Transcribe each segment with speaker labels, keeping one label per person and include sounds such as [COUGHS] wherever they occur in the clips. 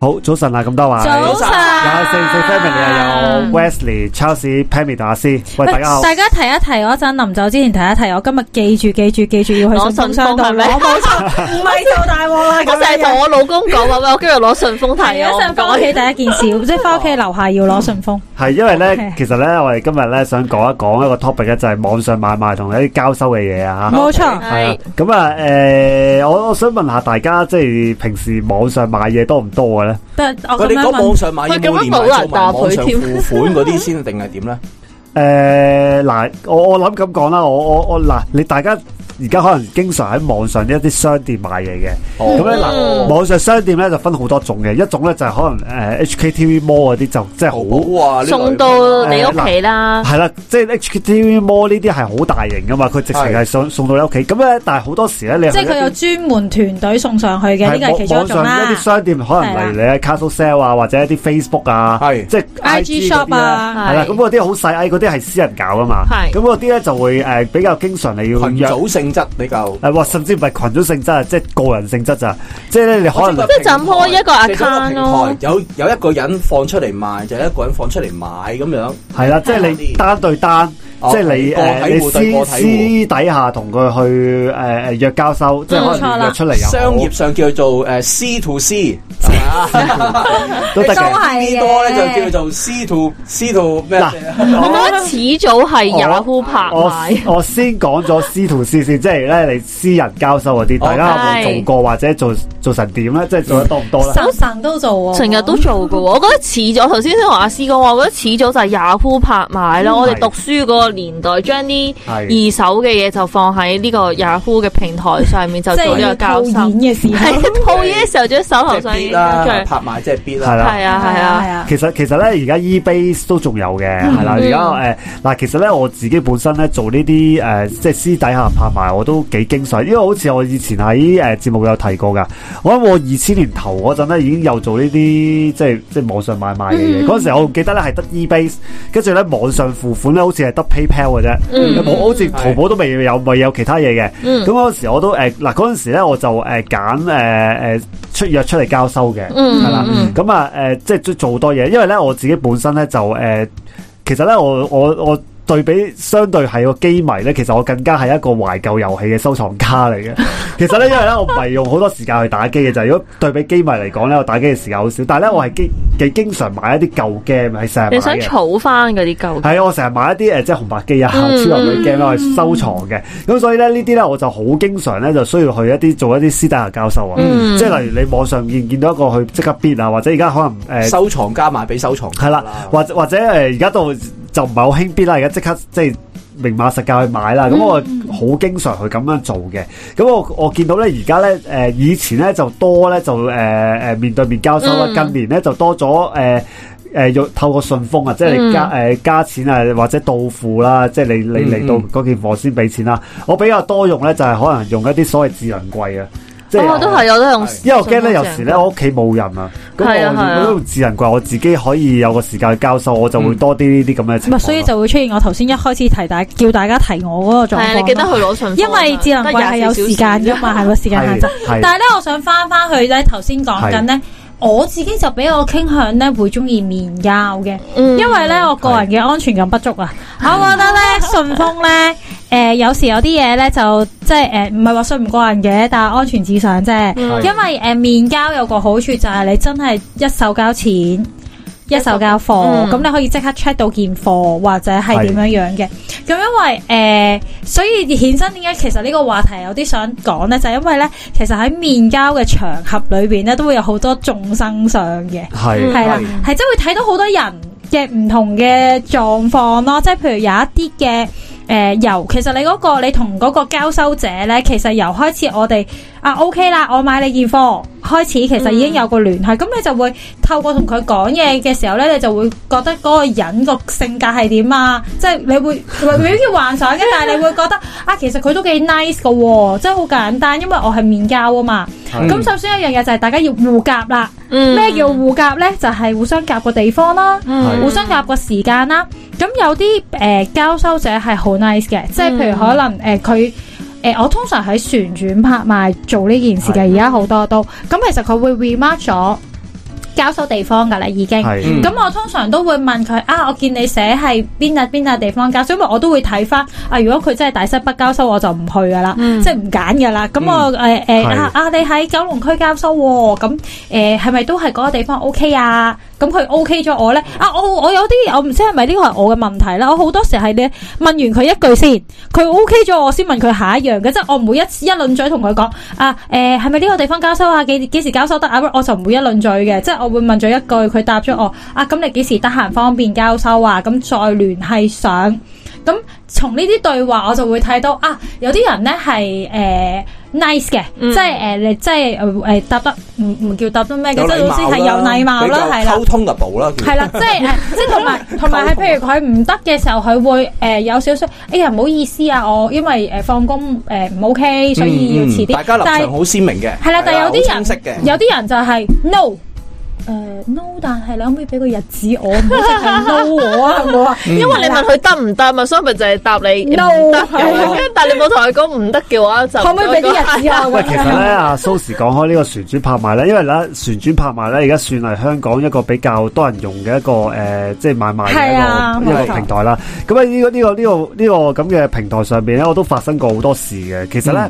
Speaker 1: 好，早晨啊，咁多位，
Speaker 2: 早晨
Speaker 1: 有四四 family 啊，有 Wesley、Charles、Pammy 同阿思，喂，
Speaker 2: 喂
Speaker 1: 大家好，
Speaker 2: 大家提一提嗰陣，臨走之前提一提，我今日記住記住記住要去
Speaker 3: 攞
Speaker 2: 信封
Speaker 3: 信
Speaker 2: 箱度
Speaker 3: 封係咪
Speaker 2: 攞，冇錯，唔係做大鑊啦，
Speaker 3: [LAUGHS] 我成日同我老公講 [LAUGHS] 咁樣，我今日攞順豐
Speaker 2: 係
Speaker 3: 睇
Speaker 2: 啊，想翻屋企第一件事，即係翻屋企樓下要攞信封，
Speaker 1: 系因為咧
Speaker 2: OK，
Speaker 1: 其實咧，我哋今日咧想講一講一個 topic 咧，就係網上買賣同一啲交收嘅嘢
Speaker 2: [LAUGHS]
Speaker 1: 啊，
Speaker 2: 冇錯。
Speaker 1: 系啊，咁啊，诶，我我想問下大家，即係平時網上買嘢多唔多嘅咧？
Speaker 2: 但係我
Speaker 4: 喂，
Speaker 2: 咁
Speaker 4: 你
Speaker 2: 樣
Speaker 4: 講
Speaker 2: 問
Speaker 4: 網上買嘢
Speaker 3: 哦喂咁
Speaker 4: 冇
Speaker 3: 樣
Speaker 4: 連埋
Speaker 3: 冇人
Speaker 4: 做
Speaker 3: 答佢
Speaker 4: 埋網上付
Speaker 3: 添
Speaker 4: 款嗰啲先定係
Speaker 1: [LAUGHS]
Speaker 4: 點咧？
Speaker 1: 诶，嗱，我我谂咁講啦，我我我嗱，你大家而家可能經常喺網上一啲商店買嘢嘅。
Speaker 4: 哦
Speaker 1: 咁咧嗱，
Speaker 2: 嗯
Speaker 1: 網上商店咧就分好多種嘅，一種咧就係可能誒 HKTV Mall 嗰啲就即係
Speaker 4: 淘
Speaker 1: 好
Speaker 4: 寶啊，呢類
Speaker 3: 送到你屋企啦。
Speaker 1: 係啦，即係 HKTV Mall 呢啲係好大型噶嘛，佢直情係送送到你屋企。咁咧，但係好多時咧，你
Speaker 2: 即係佢有
Speaker 1: 有
Speaker 2: 專門團隊送上去嘅，呢個係其中一
Speaker 1: 網
Speaker 2: 種
Speaker 1: 上
Speaker 2: 啦
Speaker 1: 一啲。商店，可能
Speaker 2: 係啦
Speaker 1: 例如你喺 Castle Sale 啊，或者一啲 Facebook 啊，
Speaker 4: 係
Speaker 1: 即係
Speaker 2: IG
Speaker 1: shop
Speaker 2: shop 啊
Speaker 1: 係啦，
Speaker 3: 係
Speaker 1: 咁嗰啲好細 I 嗰啲係私人搞噶嘛，
Speaker 3: 係
Speaker 1: 咁嗰啲咧就會誒比較經常你要
Speaker 4: 群
Speaker 1: 約。
Speaker 4: 組性質比較。
Speaker 1: 誒，哇！甚至唔係群組性質啊，即係個人性質咋，即係咧你可能
Speaker 3: 即係就咁開一個 account 咯
Speaker 4: 即係一個平台有有一個人放出嚟賣，就一個人放出嚟買咁樣。
Speaker 1: 係啦，即係你單對單。
Speaker 4: 哦
Speaker 1: 即係你
Speaker 4: 個
Speaker 1: 誒，你
Speaker 4: 體户對個
Speaker 1: 私
Speaker 4: 體
Speaker 1: 私
Speaker 4: 户
Speaker 1: 底下同佢去誒誒約交收，即係可
Speaker 2: 冇錯
Speaker 1: 能
Speaker 2: 啦
Speaker 1: 約出嚟又好
Speaker 4: 商業上叫做誒 C to C，係嘛 [LAUGHS]
Speaker 1: 都得
Speaker 2: 都
Speaker 1: 嘅。
Speaker 2: 係嘅
Speaker 4: 呢多咧就叫做 C to C to 咩啊？
Speaker 3: 我覺得始早係
Speaker 1: 我
Speaker 3: Yahoo 拍
Speaker 1: 我
Speaker 3: 賣，
Speaker 1: 我先講咗私同私先，即係咧你私人交收嗰啲，
Speaker 4: 哦
Speaker 1: 大家有冇
Speaker 3: 係
Speaker 1: 做過或者做做成點咧？即係做得多唔多咧？
Speaker 2: 神神都做喎，
Speaker 3: [LAUGHS] 成日都做嘅喎。我覺得始早，頭先先同阿師講話，我覺得始早就係 Yahoo 拍賣啦。
Speaker 1: 嗯
Speaker 3: 我哋
Speaker 1: 係
Speaker 3: 讀書嗰個年代，將啲
Speaker 1: 係
Speaker 3: 二手嘅嘢就放喺呢個 Yahoo 嘅平台上面，就
Speaker 2: 即
Speaker 3: 做
Speaker 2: 係
Speaker 3: 呢
Speaker 2: 要
Speaker 3: 個交
Speaker 2: 套
Speaker 3: 收。
Speaker 1: [LAUGHS]
Speaker 2: 現嘅事，
Speaker 3: 係套嘢嘅時候，將手頭
Speaker 4: 即
Speaker 3: 上
Speaker 4: 係
Speaker 3: 已
Speaker 4: bid
Speaker 3: 經
Speaker 4: 啦，
Speaker 3: 出嚟
Speaker 4: 拍賣即係 bid
Speaker 1: 係
Speaker 4: 啦。
Speaker 1: 啦。
Speaker 3: 係啊係啊，
Speaker 2: 啊，
Speaker 1: 其實其實咧，而家 eBay 都仲有嘅，係啦。而家誒嗱，其實咧我自己本身咧做呢啲誒，即係私底下拍賣，我都幾經常，因為好似我以前喺誒節目有提過噶。我諗我二千年頭嗰陣咧已經有做呢啲即係即係網上買賣嘅嘢。嗰陣時我記得咧係得 eBay，跟住咧網上付款咧好似係得 PayPal 嘅啫，冇好似淘寶都未有未有其他嘢嘅。咁
Speaker 3: 嗯
Speaker 1: 嗰陣時我都誒嗱嗰陣時咧我就誒揀誒誒出約出嚟交收嘅。
Speaker 3: 嗯
Speaker 1: 係啦
Speaker 3: 嗯，
Speaker 1: 咁啊誒，即係做做好多嘢，因為咧我自己本身咧就誒、其實咧我我我對比相對係個機迷咧，其實我更加係一個懷舊遊戲嘅收藏家嚟
Speaker 3: [LAUGHS]
Speaker 1: 嘅。其實咧，因為咧我唔係用好多時間去打機嘅，就係如果對比機迷嚟講咧，我打機嘅時間好少，但係咧我係幾幾經常買一啲舊 game 係成日買
Speaker 3: 你想
Speaker 1: 嘅。
Speaker 3: 儲翻嗰啲舊
Speaker 1: 係啊，我成日買一啲誒，即係紅白機啊、超
Speaker 3: 嗯
Speaker 1: 人嘅 game 我係收藏嘅。咁所以咧，呢啲咧我就好經常咧就需要去一啲做一啲私底下交收啊。
Speaker 3: 嗯
Speaker 1: 即係例如你網上見見到一個去即刻 bid 啊，或者而家可能誒
Speaker 4: 收藏家賣俾收藏家，
Speaker 1: 係啦，或或者誒而家度就唔係好興 bid 啦，而家即刻即係。明碼實價去買啦，咁我
Speaker 3: 嗯
Speaker 1: 好經常去咁樣做嘅。咁我我見到咧，而家咧，誒、以前咧就多咧就誒誒、呃面對面交收啦，
Speaker 3: 嗯
Speaker 1: 近年咧就多咗誒誒用透過順豐啊，即係
Speaker 3: 嗯
Speaker 1: 你加誒、呃加錢啊，或者到付啦，即係你你
Speaker 4: 嗯
Speaker 1: 嚟到嗰件貨先俾錢啦。我比較多用咧就係可能用一啲所謂智能櫃啊，即係、
Speaker 3: 哦，都係有得用，
Speaker 1: 因為我驚咧，有時咧我屋企冇人啊，咁
Speaker 3: 係啊係啊
Speaker 1: 我都自人櫃，我自己可以有個時間去交收，我就會多啲呢啲咁嘅情況。
Speaker 2: 咪啊所以就會出現我頭先一開始提大叫大家提我嗰個
Speaker 3: 係
Speaker 2: 狀
Speaker 3: 啊，
Speaker 2: 況。
Speaker 3: 你記得去攞信封啊，
Speaker 2: 因為智能櫃係有時間噶嘛，係咪時間限制？
Speaker 1: 係
Speaker 2: 但係咧，我想翻翻去咧，頭先講緊咧，我自己就比較傾向咧會中意面交嘅，
Speaker 3: 嗯，
Speaker 2: 因為咧我個人嘅安全感不足啊。我覺得咧順豐咧，誒有時有啲嘢咧就即係誒唔係話信唔過人嘅，但係安全至上啫。
Speaker 3: 嗯
Speaker 2: 因為誒面交有個好處就係你真係一手交錢，一手交貨，
Speaker 3: 嗯
Speaker 2: 咁、你可以即刻 check 到件貨或者係點樣樣嘅。咁因為誒、呃所以衍生點解其實呢個話題有啲想講呢？就係因為呢，其實喺面交嘅場合裏邊呢，都會有好多眾生相嘅。
Speaker 3: [LAUGHS] 嗯
Speaker 1: 係
Speaker 2: 係啦，係真會睇到好多人嘅唔同嘅狀況咯，即係譬如有一啲嘅誒由，其實你嗰、個你同嗰個交收者咧，其實由開始我哋啊 OK 啦，我買你件貨開始，其實已經有個聯繫，咁、你就會透過同佢講嘢嘅時候咧，你就會覺得嗰個人個性格係點啊，即係你會未必叫幻想嘅，但係你會覺得啊，其實佢都幾 nice 嘅喎，即係好簡單，因為我係面交啊嘛，
Speaker 1: 係
Speaker 4: 嗯
Speaker 2: 咁首先一樣嘢就係大家要互夾啦。
Speaker 3: 嗯
Speaker 2: 咩叫互夾呢？就係、互相夾個地方啦，
Speaker 3: 嗯
Speaker 1: 係
Speaker 2: 互相夾個時間啦。咁有啲誒、呃交收者係好 nice 嘅，即係譬如
Speaker 3: 嗯
Speaker 2: 可能誒佢。誒、我通常喺旋轉拍賣做呢件事嘅，而家好多都咁，其實佢會 remark 咗交收地方㗎啦，已經。
Speaker 1: 係
Speaker 4: 嗯
Speaker 2: 咁我通常都會問佢啊，我見你寫係邊笪邊笪啊地方交收，因為我都會睇翻啊。如果佢真係大西北交收，我就唔去噶啦，
Speaker 3: 嗯
Speaker 2: 即係唔揀噶啦。咁我誒誒啊啊，你喺九龍區交收喎，咁誒係咪都係嗰個地方 OK 啊？咁佢 OK 咗我咧啊！我我有啲我唔知係咪呢個係我嘅問題啦。我好多時係咧問完佢一句先，佢 OK 咗我先問佢下一樣嘅，即係我唔會一次一輪嘴同佢講啊誒係咪呢個地方交收啊？幾幾時交收得啊？我就唔會一輪嘴嘅，即係我會問咗一句，佢答咗我啊咁你幾時得閒方便交收啊？咁再聯繫上。咁從呢啲對話我就會睇到啊，有啲人咧係誒 nice 嘅，
Speaker 3: 嗯
Speaker 2: 即係誒、你即係誒誒答得唔唔叫答得咩嘅，即
Speaker 4: 有
Speaker 2: 係
Speaker 4: 禮
Speaker 2: 老師
Speaker 4: 貌
Speaker 2: 係
Speaker 4: 啦，
Speaker 2: 有禮貌啦，係啦
Speaker 4: 溝。通嘅步啦，
Speaker 2: 系
Speaker 4: [LAUGHS]
Speaker 2: 啦，即系誒即系同埋同埋係，譬如佢唔得嘅時候，佢會誒、有少少，哎呀唔好意思啊，我因為誒放工誒唔 OK，所以要遲啲。
Speaker 4: 大家立
Speaker 2: 但係
Speaker 4: 場好鮮明嘅，
Speaker 2: 係啦，但係有啲
Speaker 4: 好清晰嘅
Speaker 2: 人，有啲人就係 no。誒、no，但係你可唔可以俾個日子我，唔好淨係 no 我啊，好唔
Speaker 4: [LAUGHS]
Speaker 2: 好啊？
Speaker 3: 因為你問佢得唔得嘛，所以咪就係答你唔得
Speaker 2: No，
Speaker 3: 咁樣但係你冇同佢講唔得嘅話，就
Speaker 2: 可唔可以俾啲日子我？
Speaker 1: [LAUGHS] 喂，其實咧，阿蘇時講開呢個旋轉拍賣咧，因為咧旋轉拍賣咧，而家算係香港一個比較多人用嘅一個誒、呃即係買賣嘅一
Speaker 2: 係啊
Speaker 1: 個、
Speaker 2: 冇
Speaker 1: 一個
Speaker 2: 錯
Speaker 1: 平台啦。咁啊，呢個呢個呢個呢個咁嘅平台上邊咧，我都發生過好多事嘅。其實咧，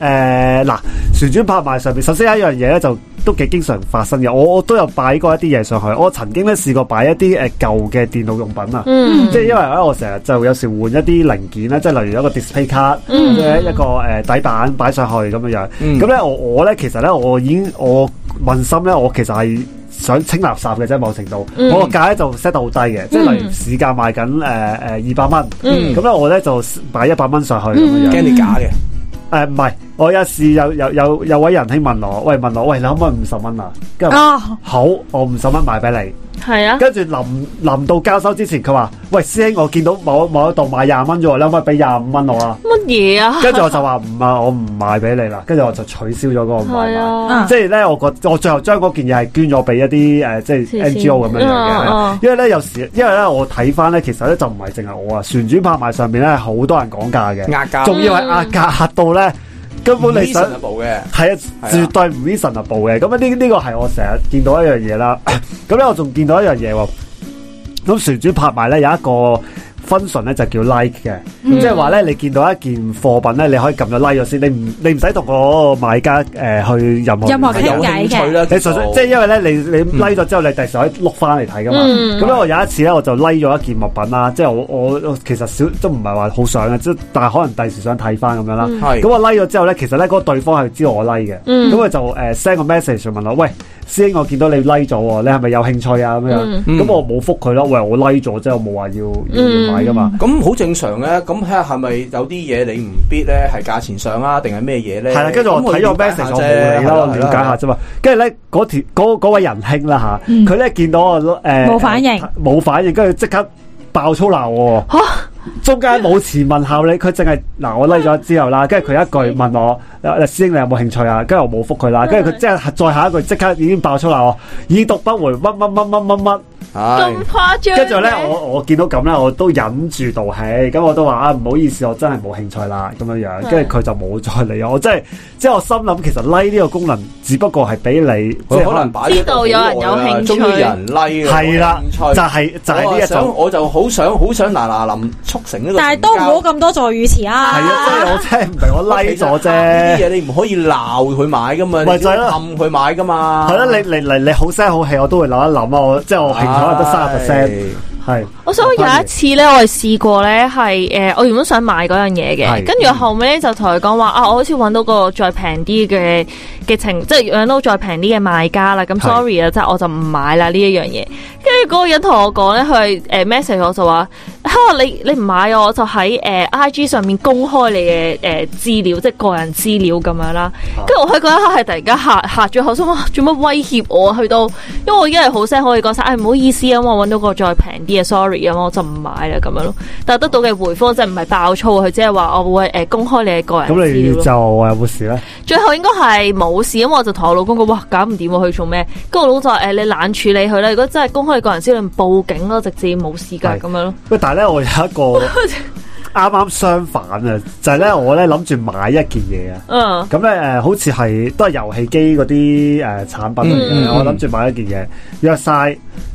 Speaker 1: 誒嗱，旋轉拍賣上邊，首先有一樣嘢咧就。都幾經常發生嘅，我我都有擺過一啲嘢上去，我曾經咧試過擺一啲誒舊嘅電腦用品啊，
Speaker 3: 嗯
Speaker 1: 即係因為咧，我成日就有時換一啲零件咧，即係例如一個 display card，
Speaker 3: 嗯
Speaker 1: 即係一個誒底板擺上去咁樣樣。
Speaker 4: 嗯
Speaker 1: 咁咧，我我咧其實咧，我已經我問心咧，我其實係想清垃圾嘅啫，某程度。
Speaker 3: 嗯
Speaker 1: 我個價咧就 set 到好低嘅，即係例如市價賣緊誒誒二百蚊，
Speaker 3: 嗯
Speaker 1: 咁咧我咧就買一百蚊上去咁樣樣
Speaker 4: 驚。你假嘅，
Speaker 1: 誒唔係，我有一次有有有有位仁兄問我，喂問我，喂你可唔可以五十蚊啊？跟住我話
Speaker 2: 啊，
Speaker 1: 好，我五十蚊賣俾你。
Speaker 3: 係啊，
Speaker 1: 跟住臨臨到交收之前，佢話：喂，師兄，我見到某某一度賣廿蚊啫喎，你可唔可以俾廿五蚊我啊？
Speaker 3: 乜嘢啊？
Speaker 1: 跟住我就話唔啊，我唔賣俾你啦。跟住我就取消咗嗰個買
Speaker 3: 係
Speaker 1: 賣。
Speaker 3: 啊，
Speaker 1: 即係咧，我覺我最後將嗰件嘢係捐咗俾一啲誒、呃即係
Speaker 3: 慈善
Speaker 1: NGO 咁樣樣嘅。
Speaker 3: 嗯
Speaker 1: 因為咧有時，因為咧我睇翻咧，其實咧就唔係淨係我啊，旋轉拍賣上面咧好多人講價嘅，
Speaker 3: 嗯
Speaker 4: 壓價
Speaker 1: 仲要係壓價壓到咧根本你想。
Speaker 4: 步嘅，
Speaker 1: 係
Speaker 4: 係
Speaker 1: 啊，
Speaker 4: 啊
Speaker 1: 絕對唔 reasonable 嘅。咁啊，呢呢個係我成日見到一樣嘢啦。 [COUGHS] 咁咧，我仲見到一樣嘢喎。咁旋轉拍賣咧有一個 function 咧就叫 like 嘅，
Speaker 2: 嗯
Speaker 1: 即係話咧你見到一件貨品咧，你可以撳咗 like 咗先，你唔你唔使同嗰個買家誒、呃去任何
Speaker 2: 任何
Speaker 1: 聯繫
Speaker 2: 傾偈
Speaker 4: 有興趣啦，
Speaker 1: 你純粹即係因為咧，你你 like 咗之後，你第時可以碌翻嚟睇噶嘛。
Speaker 3: 嗯
Speaker 1: 咁咧，我有一次咧，我就 like 咗一件物品啦，即係我我我其實少都唔係話好想嘅，即係但係可能第時想睇翻咁樣啦。
Speaker 4: 係
Speaker 1: 咁我 like 咗之後咧，其實咧嗰個對方係知道我 like 嘅，
Speaker 3: 嗯
Speaker 1: 咁佢就誒 send 個 message 就問我：喂，師兄，我見到你 like 咗喎，你係咪有興趣啊？咁樣，
Speaker 4: 嗯
Speaker 1: 咁我冇覆佢咯。喂，我 like 咗啫，我冇話要要要買噶嘛。
Speaker 4: 咁好正常嘅，咁睇下係咪有啲嘢你唔必咧，係價錢上啊，定係咩嘢咧？
Speaker 1: 係啦，跟住我睇咗 message，我冇理啦，我了解下啫嘛。跟住咧，嗰條嗰嗰位仁兄啦吓，
Speaker 2: 嗯
Speaker 1: 佢咧見到我誒
Speaker 2: 冇反應，
Speaker 1: 冇反應，跟住即刻爆粗鬧我喎。中間冇前問後理，佢淨係嗱我 like 咗之後啦，跟住佢一句問我：誒師兄你有冇興趣啊？跟住我冇覆佢啦，跟住佢即係再下一句即刻已經爆粗鬧我，已讀不回乜乜乜乜乜乜。
Speaker 4: 係
Speaker 3: 咁誇張嘅，
Speaker 1: 跟住
Speaker 3: [LAUGHS]
Speaker 1: 咧，我我見到咁咧，我都忍住道氣，咁我都話啊唔好意思，我真係冇興趣啦咁樣樣，跟住佢就冇再理我。我真係即係我心諗，其實 like 呢個功能，只不過係俾你即
Speaker 4: 佢
Speaker 1: 係
Speaker 4: 可能擺咗好耐啦
Speaker 3: 知道有人有興趣
Speaker 4: 終於有人 like 啦
Speaker 1: 係啦，
Speaker 4: 有
Speaker 1: 就
Speaker 4: 興趣
Speaker 1: 係就係呢一種。
Speaker 4: 我就好想好想嗱嗱臨促成呢個成交，
Speaker 2: 但係都唔好咁多助語詞
Speaker 1: 係
Speaker 2: 啊！
Speaker 1: 啊，即係我真係唔明我 like
Speaker 4: [LAUGHS]
Speaker 1: 咗
Speaker 4: 呢啲
Speaker 1: 啫。
Speaker 4: 嘢你唔可以鬧佢買噶嘛，
Speaker 1: 咪
Speaker 4: 你
Speaker 1: 就係咯
Speaker 4: 氹佢買噶嘛。
Speaker 1: 係啦，你你你你好聲好氣，我都會諗一諗啊！我即係我平台可能得三十 percent，係
Speaker 3: 我想有一次咧，我係試過咧，係誒、呃我原本想買嗰樣嘢
Speaker 1: 係
Speaker 3: 嘅，跟住我後尾咧就同佢講話啊，我好似揾到個再平啲嘅嘅情，即係揾到再平啲嘅賣家啦。咁
Speaker 1: 係
Speaker 3: sorry 啊，即係我就唔買啦呢一樣嘢。跟住嗰個人同我講咧，佢誒 message 我就話：嚇你你唔買啊我就喺誒、呃 IG 上面公開你嘅誒、呃、資料，即係個人資料咁樣啦。跟住我喺嗰一刻係突然間嚇嚇咗口，心哇做乜威脅我啊？去到因為我已經係好聲可以講晒，唉唔好意思啊，我揾到個再平啲嘅，sorry 啊，我就唔買啦咁樣咯。但係得到嘅回覆即係唔係爆粗，佢只係話我會誒、呃公開你嘅個人
Speaker 1: 咁
Speaker 3: 資料
Speaker 1: 你
Speaker 3: 咯
Speaker 1: 就誒有冇事咧？
Speaker 3: 最後應該係冇事，咁我就同我老公講：哇，搞唔掂喎，佢做咩？跟住我老公就話：誒、你冷處理佢啦，如果真係公開你個人資料，你報警咯，直接冇事㗎
Speaker 1: 係
Speaker 3: 咁樣咯。 [LAUGHS]
Speaker 1: 喂，但係咧，我有一個啱啱相反啊，就係咧我咧諗住買一件嘢啊。
Speaker 3: 嗯，
Speaker 1: 咁咧誒，好似係都係遊戲機嗰啲誒產品嚟嘅，
Speaker 4: 嗯嗯
Speaker 1: 我諗住買一件嘢，約晒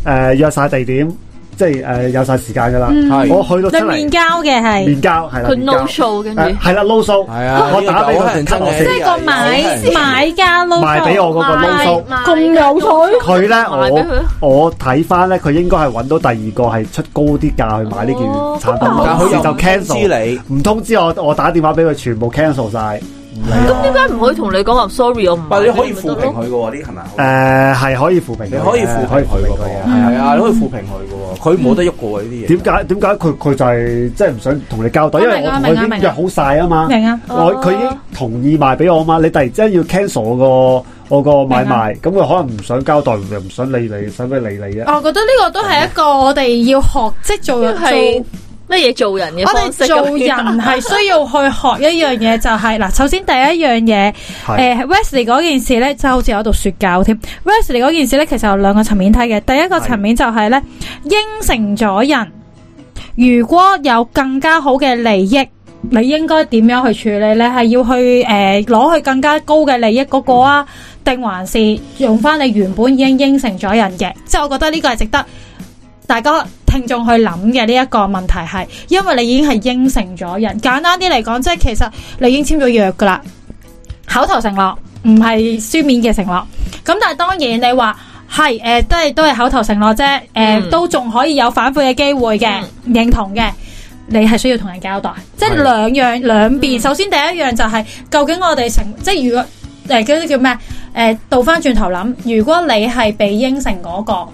Speaker 1: 誒、約晒地點，即係誒、有晒時間噶啦。
Speaker 2: 嗯
Speaker 4: 係
Speaker 1: 我去到出
Speaker 2: 你
Speaker 1: 嚟，
Speaker 2: 面交嘅係，
Speaker 1: 面交係啦，
Speaker 3: 嗯佢
Speaker 1: 面交
Speaker 3: no show 跟住
Speaker 1: 誒係啦，low 數，
Speaker 4: 係啊
Speaker 1: 我打俾
Speaker 4: 呢個
Speaker 1: 佢
Speaker 4: 人
Speaker 1: ，cut
Speaker 4: 真
Speaker 1: 我
Speaker 4: 係
Speaker 1: 先
Speaker 2: 即係個買買家 logo
Speaker 1: 賣俾我嗰個 low 數。
Speaker 2: 咁有趣，
Speaker 1: 佢咧，
Speaker 3: 賣俾佢
Speaker 1: 我我睇翻咧，佢應該係揾到第二個係出高啲價去買呢件
Speaker 3: 哦
Speaker 1: 產品，
Speaker 3: 咁
Speaker 4: 但
Speaker 1: 於
Speaker 4: 佢
Speaker 1: 是
Speaker 4: 又
Speaker 1: 就
Speaker 4: 唔通
Speaker 1: cancel
Speaker 4: 知
Speaker 1: 唔通知我，我打電話俾佢，全部 cancel 晒。
Speaker 3: 咁點解唔可以同你講話 sorry？我唔
Speaker 4: 你，
Speaker 3: 買
Speaker 4: 但
Speaker 3: 俾
Speaker 4: 你
Speaker 3: 咪得咯，
Speaker 4: 可以負評佢嘅喎，呢係咪？
Speaker 1: 誒係可以負評嘅，
Speaker 4: 你可以負
Speaker 1: 可以
Speaker 4: 評
Speaker 1: 負
Speaker 4: 佢
Speaker 1: 評佢
Speaker 4: 嘅喎，
Speaker 1: 嘅。
Speaker 4: 係啊，你可以負評佢嘅喎，佢冇得喐嘅喎呢啲嘢。
Speaker 1: 點解點解佢佢就係即係唔想同你交代？因為我同佢已經約好晒啊嘛，
Speaker 2: 明啊？
Speaker 1: 我
Speaker 3: 哦
Speaker 1: 佢已經同意賣俾我啊嘛。你突然之間要 cancel 我個我個
Speaker 3: 啊
Speaker 1: 買賣，咁佢可能唔想交代，又唔想理你，使乜理你
Speaker 3: 哦
Speaker 1: 啊？
Speaker 2: [LAUGHS] 我覺得呢個都係一個我哋要學，即係做
Speaker 3: 呢個係乜嘢做人嘅
Speaker 2: 我哋
Speaker 3: 方式咁樣？
Speaker 2: 做人係需要去學一樣嘢，就係、嗱，首先第一樣嘢，
Speaker 1: 係
Speaker 2: 誒 Wesley 嗰件事咧，就好似我喺度説教添。Wesley 嗰件事咧，其實有兩個層面睇嘅。第一個
Speaker 1: 係
Speaker 2: 層面就係咧，應承咗人，如果有更加好嘅利益。你應該點樣去處理呢？係要去誒攞、去更加高嘅利益嗰個啊，定還是用翻你原本已經應承咗人嘅？即係我覺得呢個係值得大家聽眾去諗嘅呢一個問題係，因為你已經係應承咗人。簡單啲嚟講，即係其實你已經簽咗約噶啦，口頭承諾唔係書面嘅承諾。咁但係當然你話。係，誒、都係都係口頭承諾啫，誒、
Speaker 3: 嗯
Speaker 2: 都仲可以有反悔嘅機會嘅，認同嘅，你係需要同人交代，即係
Speaker 1: 係
Speaker 2: 兩樣兩邊。
Speaker 3: 嗯
Speaker 2: 首先第一樣就係、究竟我哋成，即係如果誒嗰啲叫咩？誒倒翻轉頭諗，如果你係被應承嗰、個，而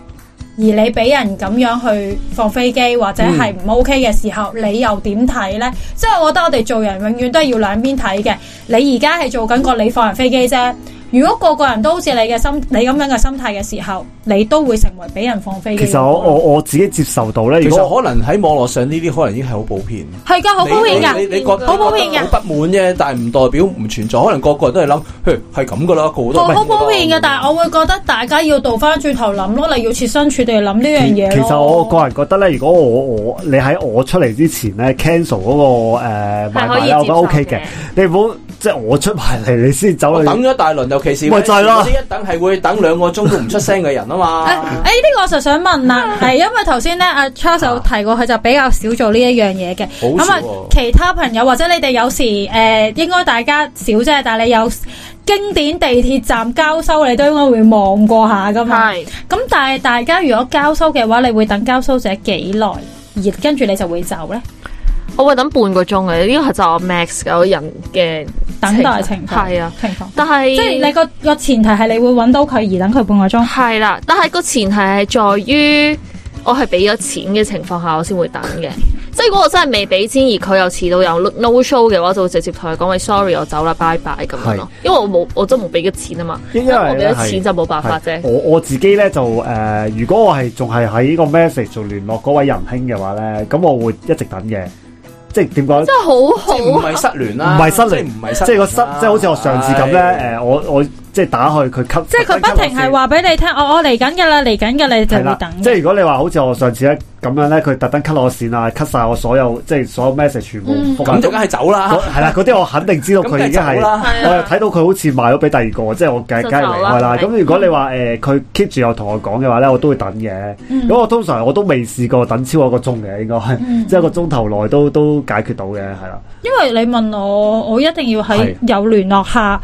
Speaker 2: 你俾人咁樣去放飛機或者係唔 OK 嘅時候，你又點睇呢？即係我覺得我哋做人永遠都係要兩邊睇嘅。你而家係做緊個你放人飛機啫。如果個個人都好似你嘅心，你咁樣嘅心態嘅時候，你都會成為俾人放飛機。
Speaker 1: 其實我我我自己接受到咧，
Speaker 4: 其
Speaker 1: 如果
Speaker 4: 實可能喺網絡上呢啲可能已經係好普遍。
Speaker 2: 係㗎，好普遍
Speaker 4: 你
Speaker 2: 㗎，
Speaker 4: 你你覺
Speaker 2: 好普遍㗎
Speaker 4: 你覺得好不滿啫，但係唔代表唔存在。可能個個人都係諗，嘿係咁噶啦，個個都
Speaker 2: 好好普遍嘅。但
Speaker 4: 係
Speaker 2: 係我會覺得大家要倒翻轉頭諗咯，你要設身處地諗呢樣
Speaker 1: 其
Speaker 2: 嘢
Speaker 1: 其
Speaker 2: 咯
Speaker 1: 實我個人覺得咧，如果我我你喺我出嚟之前咧 cancel 嗰個誒買
Speaker 3: 係可
Speaker 1: 賣
Speaker 3: 以
Speaker 1: 咧，我覺
Speaker 3: 接
Speaker 1: 得
Speaker 3: 受
Speaker 1: OK 嘅。你唔好即係我出埋嚟，你先走
Speaker 4: 我
Speaker 1: 去
Speaker 4: 等咗一大輪，尤其是
Speaker 1: 咪就係咯
Speaker 4: 嗰啲一等係會等兩個鐘都唔出聲嘅人
Speaker 2: [LAUGHS]
Speaker 4: 啊
Speaker 2: 誒，
Speaker 4: 嘛。
Speaker 2: 誒呢個我就想問啦， [LAUGHS] 係因為頭先咧，阿 Charles 有提過，佢就比較少做呢一樣嘢嘅。
Speaker 4: 好
Speaker 2: 咁
Speaker 4: 少
Speaker 2: 啊
Speaker 4: 喎，
Speaker 2: 其他朋友或者你哋有時誒、呃，應該大家少啫，但係你有經典地鐵站交收，你都應該會望過下噶嘛。
Speaker 3: 係
Speaker 2: 咁但係大家如果交收嘅話，你會等交收者幾耐？而跟住你就會走咧，
Speaker 3: 我會等半個鐘嘅，呢個係就我 max 有人嘅
Speaker 2: 等待情況
Speaker 3: 係啊，
Speaker 2: 情況。
Speaker 3: 但係
Speaker 2: 即係你個個前提係你會揾到佢而等佢半個鐘。
Speaker 3: 係啦，但係個前提係在於我係俾咗錢嘅情況下，我先會等嘅。即係如果我真係未俾錢，而佢又遲到有 no show 嘅話，就會直接同佢講喂，sorry，我走啦，拜拜咁樣咯。因為我冇，我都冇俾咗錢啊嘛。
Speaker 1: 因因
Speaker 3: 咁我
Speaker 1: 為
Speaker 3: 俾
Speaker 1: 咧
Speaker 3: 咗
Speaker 1: 係
Speaker 3: 錢就冇辦法
Speaker 1: 係
Speaker 3: 啫。
Speaker 1: 我我自己咧就誒、呃如果我係仲係喺個 message 做聯絡嗰位仁兄嘅話咧，咁我會一直等嘅。即係點講？
Speaker 3: 真係好好
Speaker 4: 即係唔係失聯啦，
Speaker 1: 唔係失聯
Speaker 4: 即係唔係失聯啦，啊
Speaker 1: 即係個失，即係好似我上次咁咧，誒，我我即係打去佢吸，
Speaker 2: 即係佢不停係話俾你聽，我我嚟緊㗎啦，嚟緊㗎啦，你就
Speaker 1: 係
Speaker 2: 會
Speaker 1: 啦
Speaker 2: 等。
Speaker 1: 即係如果你話好似我上次咧咁樣咧，佢特登 cut 我線啊，cut 晒我所有即係所有 message 全部
Speaker 2: 嗯
Speaker 1: 覆
Speaker 4: 咁就梗係走啦
Speaker 1: 嗰。係啦，嗰啲我肯定知道
Speaker 4: 啊咁梗
Speaker 1: 佢已
Speaker 4: 係
Speaker 1: 經係
Speaker 4: 走。啦。
Speaker 3: 係
Speaker 1: 我又
Speaker 3: 啊，
Speaker 1: 睇到佢好似賣咗俾第二個，即係我梗
Speaker 3: 就
Speaker 1: 梗係離開啦。
Speaker 3: 走
Speaker 1: 咁
Speaker 3: 啦
Speaker 1: 如果你話誒佢 keep 住有同我講嘅話咧，我都會等嘅。
Speaker 2: 嗯
Speaker 1: 咁我通常我都未試過等超過一個鐘嘅，應該
Speaker 2: 嗯
Speaker 1: 即係一個鐘頭內都都解決到嘅，係啦。
Speaker 2: 因為你問我，我一定要喺
Speaker 1: 係
Speaker 2: 有聯絡下，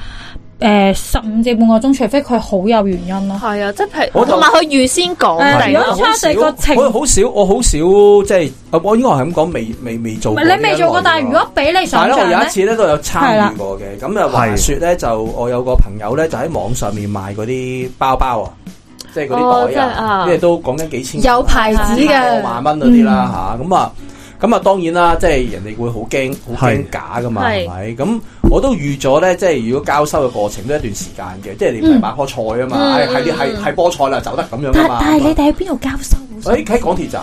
Speaker 2: 誒十五至半個鐘，除非佢好有原因咯。
Speaker 3: 係啊，即係譬如
Speaker 4: 我就
Speaker 3: 同埋佢預
Speaker 2: 誒
Speaker 3: 先講定
Speaker 2: 如果
Speaker 3: 咯。
Speaker 2: 差第個情
Speaker 4: 我好少，我好少即係，呃我應該係咁講，未未未做
Speaker 2: 唔
Speaker 4: 過。
Speaker 2: 係你未做過，但係如果俾你
Speaker 4: 但
Speaker 2: 想
Speaker 4: 係咧，
Speaker 2: 象
Speaker 4: 我有一
Speaker 2: 咧，
Speaker 4: 次咧都有參與過嘅。咁啊，話説咧就我有個朋友咧就喺網上面賣嗰啲包包啊，即係嗰
Speaker 3: 哦
Speaker 4: 啲
Speaker 3: 即
Speaker 4: 袋
Speaker 3: 係
Speaker 4: 啊
Speaker 3: 啊，
Speaker 4: 即係都講緊幾千
Speaker 2: 有牌子嘅嗯
Speaker 4: 過萬蚊嗰啲啦嚇。咁啊，咁啊當然啦，即係人哋會好驚，好
Speaker 1: 係
Speaker 4: 驚假噶嘛，
Speaker 3: 係
Speaker 4: 係咪？咁我都預咗咧，即係如果交收嘅過程都一段時間嘅，即係你唔係買棵菜啊嘛，
Speaker 3: 嗯
Speaker 4: 係係啲係係菠菜啦，走得咁樣
Speaker 2: 嗯但
Speaker 4: 噶嘛。
Speaker 2: 但係你哋喺邊度交收？
Speaker 4: 誒喺港鐵站，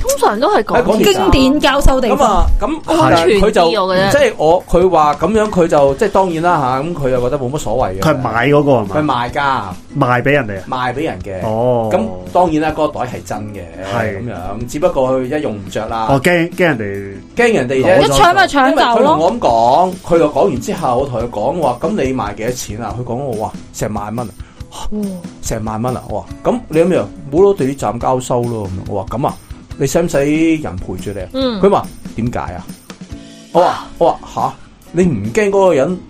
Speaker 3: 通常都係
Speaker 4: 喺港
Speaker 3: 講
Speaker 4: 鐵
Speaker 2: 經典交收地
Speaker 4: 咁
Speaker 2: 方。
Speaker 4: 啊，咁
Speaker 1: 係
Speaker 4: 但係佢就
Speaker 3: 全啲我覺得
Speaker 4: 即係我佢話咁樣，佢就即係當然啦吓，咁佢就覺得冇乜所謂嘅。
Speaker 1: 佢係買嗰個係
Speaker 4: 佢
Speaker 1: 嘛？
Speaker 4: 賣㗎，
Speaker 1: 賣俾人哋啊？
Speaker 4: 賣俾人嘅。
Speaker 1: 哦，
Speaker 4: 咁當然啦，嗰個袋係真嘅，
Speaker 1: 係
Speaker 4: 咁樣，只不過佢一用唔着啦
Speaker 1: 我，哦驚驚人
Speaker 4: 驚人哋
Speaker 1: 攞
Speaker 4: 啫
Speaker 2: 一。搶咪搶
Speaker 4: 因
Speaker 2: 走
Speaker 4: 為佢同
Speaker 2: 咯，
Speaker 4: 我咁講，佢就講完之後，我同佢講話，咁你賣幾多錢啊？佢講我話成萬蚊啊，成萬蚊啊！我話咁你咁樣冇攞地鐵站交收咯。咁我話咁啊，你使唔使人陪住你啊？
Speaker 3: 嗯
Speaker 4: 佢話點解啊？我話我話吓，你唔驚嗰個人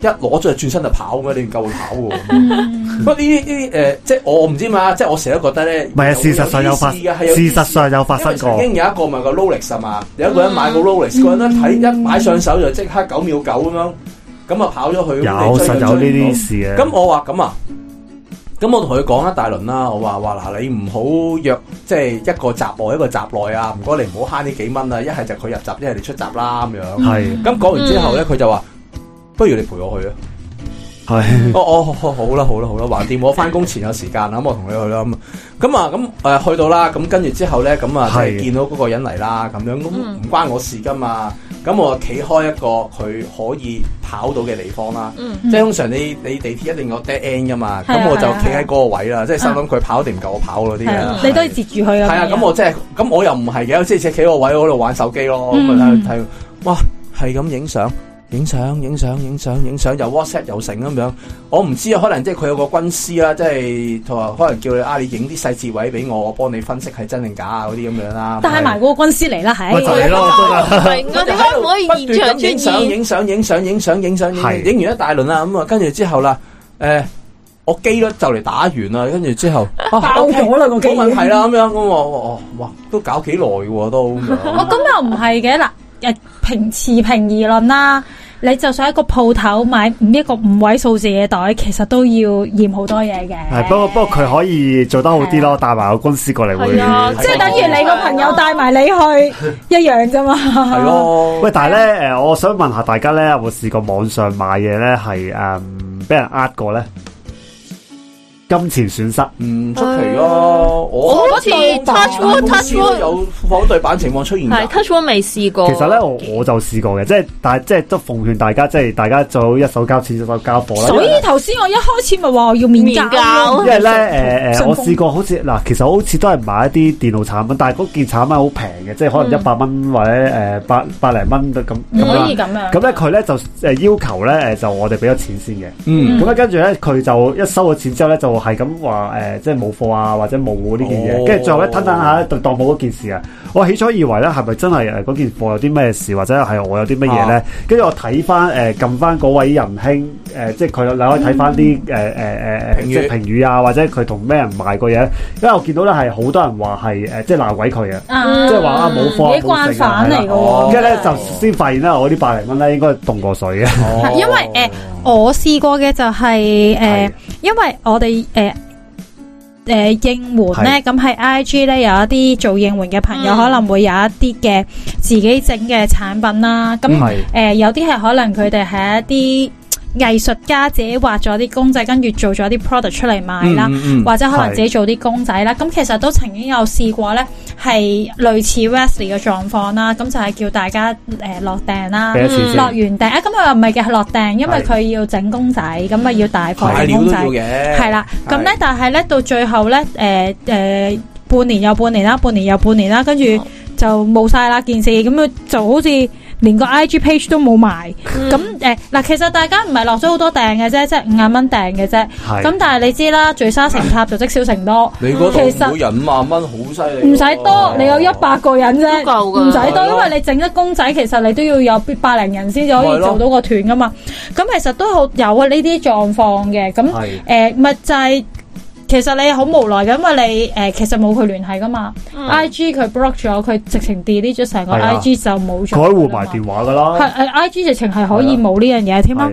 Speaker 4: 一攞咗就轉身就跑咩？你唔夠會跑嘅喎。
Speaker 2: 嗯
Speaker 4: 不過呢啲呢啲誒，即係我唔知嘛，即係我成日都覺得咧，
Speaker 1: 哋，唔係啊，事實上有發，
Speaker 4: 事啊嘅係有
Speaker 1: 事實上有發
Speaker 4: 因為
Speaker 1: 生
Speaker 4: 曾
Speaker 1: 過，
Speaker 4: 經有一個咪個 Rolex 啊嘛，有一個人買個 Rolex，個人一睇一買上手就即刻九秒九咁樣，咁啊跑咗去。
Speaker 1: 有
Speaker 4: 咁你追
Speaker 1: 實
Speaker 4: 就
Speaker 1: 有呢
Speaker 4: 追唔
Speaker 1: 啲
Speaker 4: 到
Speaker 1: 事嘅。
Speaker 4: 咁我話咁啊，咁我同佢講一大輪啦，我話話嗱，你唔好約即係一個閘外一個閘內啊，唔該你唔好慳呢幾蚊啊，一係就佢入閘，一係你出閘啦咁樣。
Speaker 1: 係
Speaker 4: 咁講完之後咧，佢就話。不如你陪我去啊！
Speaker 1: [LAUGHS] 係
Speaker 4: 哦哦，好好啦，好啦，好啦，橫掂我翻工前有時間啦，咁我同你去啦。咁咁啊，咁誒去到啦，咁跟住之後咧，咁啊即
Speaker 1: 係
Speaker 4: 係見到嗰個人嚟啦，咁樣咁
Speaker 3: 嗯
Speaker 4: 唔關我事噶嘛。咁我企開一個佢可以跑到嘅地方啦。
Speaker 3: 嗯
Speaker 4: 即係通常你你地鐵一定有 dead end 噶嘛，
Speaker 2: 係啊
Speaker 4: 咁我就
Speaker 2: 係啊
Speaker 4: 企喺嗰個位啦，即係心諗佢跑定唔夠我跑嗰啲
Speaker 2: 係啊
Speaker 4: 嘢。
Speaker 2: 你都要截住佢
Speaker 4: 係
Speaker 2: 㗎
Speaker 4: 啊，咁我即係咁我又唔係嘅，即係企喺個位嗰度玩手機咯，咁啊
Speaker 2: 嗯
Speaker 4: 睇睇，哇係咁影相。影相、影相、影相、影相，又 WhatsApp 又成咁樣，我唔知啊，可能即係佢有個軍師啦，即係佢話可能叫你啊，你影啲細節位俾我，我幫你分析係真定假啊嗰啲咁樣啦。
Speaker 2: 帶埋嗰個軍師嚟啦，
Speaker 1: 咪就
Speaker 2: 係。
Speaker 1: 係咯，真係。
Speaker 3: 明啊，點解唔可以
Speaker 4: 不斷
Speaker 3: 現場
Speaker 4: 咁影相、
Speaker 3: 出現？
Speaker 4: 影相、影相、影相、影相、影
Speaker 1: 係
Speaker 4: 相影完一大輪啦，咁啊，跟住之後啦，誒，我機率就嚟打完啦，跟住之後啊
Speaker 2: [LAUGHS] 爆咗啦個機
Speaker 4: 冇問題啦，咁樣咁我我我哇，都搞幾耐喎都
Speaker 2: [LAUGHS]
Speaker 4: 咁樣
Speaker 2: 哦，咁又唔係嘅嗱，誒平持平而論啦，你就算喺個鋪頭買一個五位數字嘅袋，其實都要驗好多嘢嘅。
Speaker 1: [LAUGHS] 係，不過不過佢可以做得好啲咯，帶埋個公司過嚟會
Speaker 3: 係。啊
Speaker 2: [LAUGHS] 即係等於你個朋友帶埋你去一樣啫嘛。
Speaker 4: 係咯，
Speaker 1: 喂，但係咧，誒，我想問下大家咧，有冇試過網上買嘢咧係誒俾人呃過咧？金錢損失
Speaker 2: 哦
Speaker 4: 唔出奇咯，我
Speaker 3: 我好似 touch wood-
Speaker 4: 公
Speaker 3: touch
Speaker 4: 司都
Speaker 3: wood
Speaker 4: 有反對版情況出現
Speaker 3: 係
Speaker 4: 㗎。
Speaker 3: touch one 未試過。
Speaker 1: 其實咧，我我就試過嘅，即係但係即係都奉勸大家，即係大家最好一手交錢，一手交貨啦。因
Speaker 2: 所
Speaker 1: 為
Speaker 2: 以頭先我一開始咪話我要免
Speaker 3: 面交
Speaker 2: 交，
Speaker 1: 因為咧，誒、呃、
Speaker 2: 信
Speaker 1: 誒，
Speaker 2: 封
Speaker 1: 我試過好似嗱，其實好似都係買一啲電腦產品，但係嗰件產品好平嘅，即係可能一百蚊或者誒百百零蚊咁
Speaker 2: 嗯唔
Speaker 1: 咁
Speaker 2: 可
Speaker 1: 啦
Speaker 2: 以。咁樣。
Speaker 1: 咁咧佢咧就誒呃要求咧誒就我哋俾咗錢先嘅。
Speaker 4: 嗯
Speaker 1: 咁咧跟住咧佢就一收咗錢之後咧就係咁話誒即係冇貨啊或者冇呢件嘢，
Speaker 4: 哦
Speaker 1: 跟住最後咧吞吞下咧就當冇嗰件事啊！我起初以為咧係咪真係誒嗰件貨有啲咩事或者係我有啲乜嘢咧
Speaker 4: 啊？
Speaker 1: 跟住我睇翻誒撳翻嗰位仁兄誒，即係佢你可以睇翻啲誒
Speaker 4: 嗯
Speaker 1: 誒誒誒
Speaker 4: 評語
Speaker 1: 即係評語啊，或者佢同咩人賣過嘢，因為我見到咧係好多人話係誒即係鬧鬼佢嘅。
Speaker 2: 啊
Speaker 1: 即係話啊冇貨啊
Speaker 2: 你慣
Speaker 1: 冇剩啊
Speaker 2: 犯嚟嘅
Speaker 4: 哦
Speaker 2: 喎。
Speaker 1: 跟住咧就先發現咧，我呢百零蚊咧應該凍過水啊嘅，
Speaker 4: 哦
Speaker 2: 因為誒、我試過嘅就係、誒、
Speaker 1: 係
Speaker 2: 因為我哋誒誒應援咧，咁喺 I G 咧有一啲做應援嘅朋友、
Speaker 3: 嗯
Speaker 2: 可能會有一啲嘅自己整嘅產品啦，咁誒、
Speaker 1: 係
Speaker 2: 呃有啲係可能佢哋係一啲。藝術家自己畫咗啲公仔，跟住做咗啲 product 出嚟賣啦，
Speaker 4: 嗯嗯嗯
Speaker 2: 或者可能自己做啲公仔啦。咁其實都曾經有試過呢，係類似 Wesley 嘅狀況啦。咁就係叫大家誒、呃落訂啦，
Speaker 1: 俾咗錢
Speaker 2: 落
Speaker 1: 先
Speaker 2: 完。訂啊，咁佢又唔係嘅，落訂，因為佢要整公仔，咁咪要大
Speaker 4: 買
Speaker 2: 貨整
Speaker 4: 料
Speaker 2: 公
Speaker 4: 都
Speaker 2: 仔
Speaker 4: 要，嘅，
Speaker 2: 係啦。咁咧，但係咧到最後咧，誒、誒、半年又半年啦，半年又半年啦，跟住
Speaker 3: 哦
Speaker 2: 就冇晒啦件事，咁佢就好似連個 I G page 都冇埋。咁誒嗱，其實大家唔係落咗好多訂嘅啫，即係五廿蚊訂嘅啫。
Speaker 1: 係
Speaker 2: 咁但係你知啦，聚沙成塔就積少成多。
Speaker 4: 你嗰
Speaker 2: 其
Speaker 4: 度
Speaker 2: 實
Speaker 4: 每人五萬蚊好犀利，
Speaker 2: 唔使多，你有一百個人啫，
Speaker 3: 都夠㗎
Speaker 2: 唔使多，因為你整得公仔，其實你都要有百零人先至可以
Speaker 4: 係咯
Speaker 2: 做到個團噶嘛。咁其實都好有啊呢啲狀況嘅，咁
Speaker 1: 係
Speaker 2: 誒呃咪就係、其實你好無奈嘅，因為你誒、呃其實冇佢聯繫噶嘛、
Speaker 3: 嗯
Speaker 2: i G 佢 block 咗，佢直情 delete 咗成個
Speaker 1: 係啊
Speaker 2: I G 就冇咗。
Speaker 1: 佢可以換埋電話噶
Speaker 2: 係
Speaker 1: 啦，
Speaker 2: 誒 I G 直情係可以冇呢樣嘢添啦
Speaker 1: 係。啊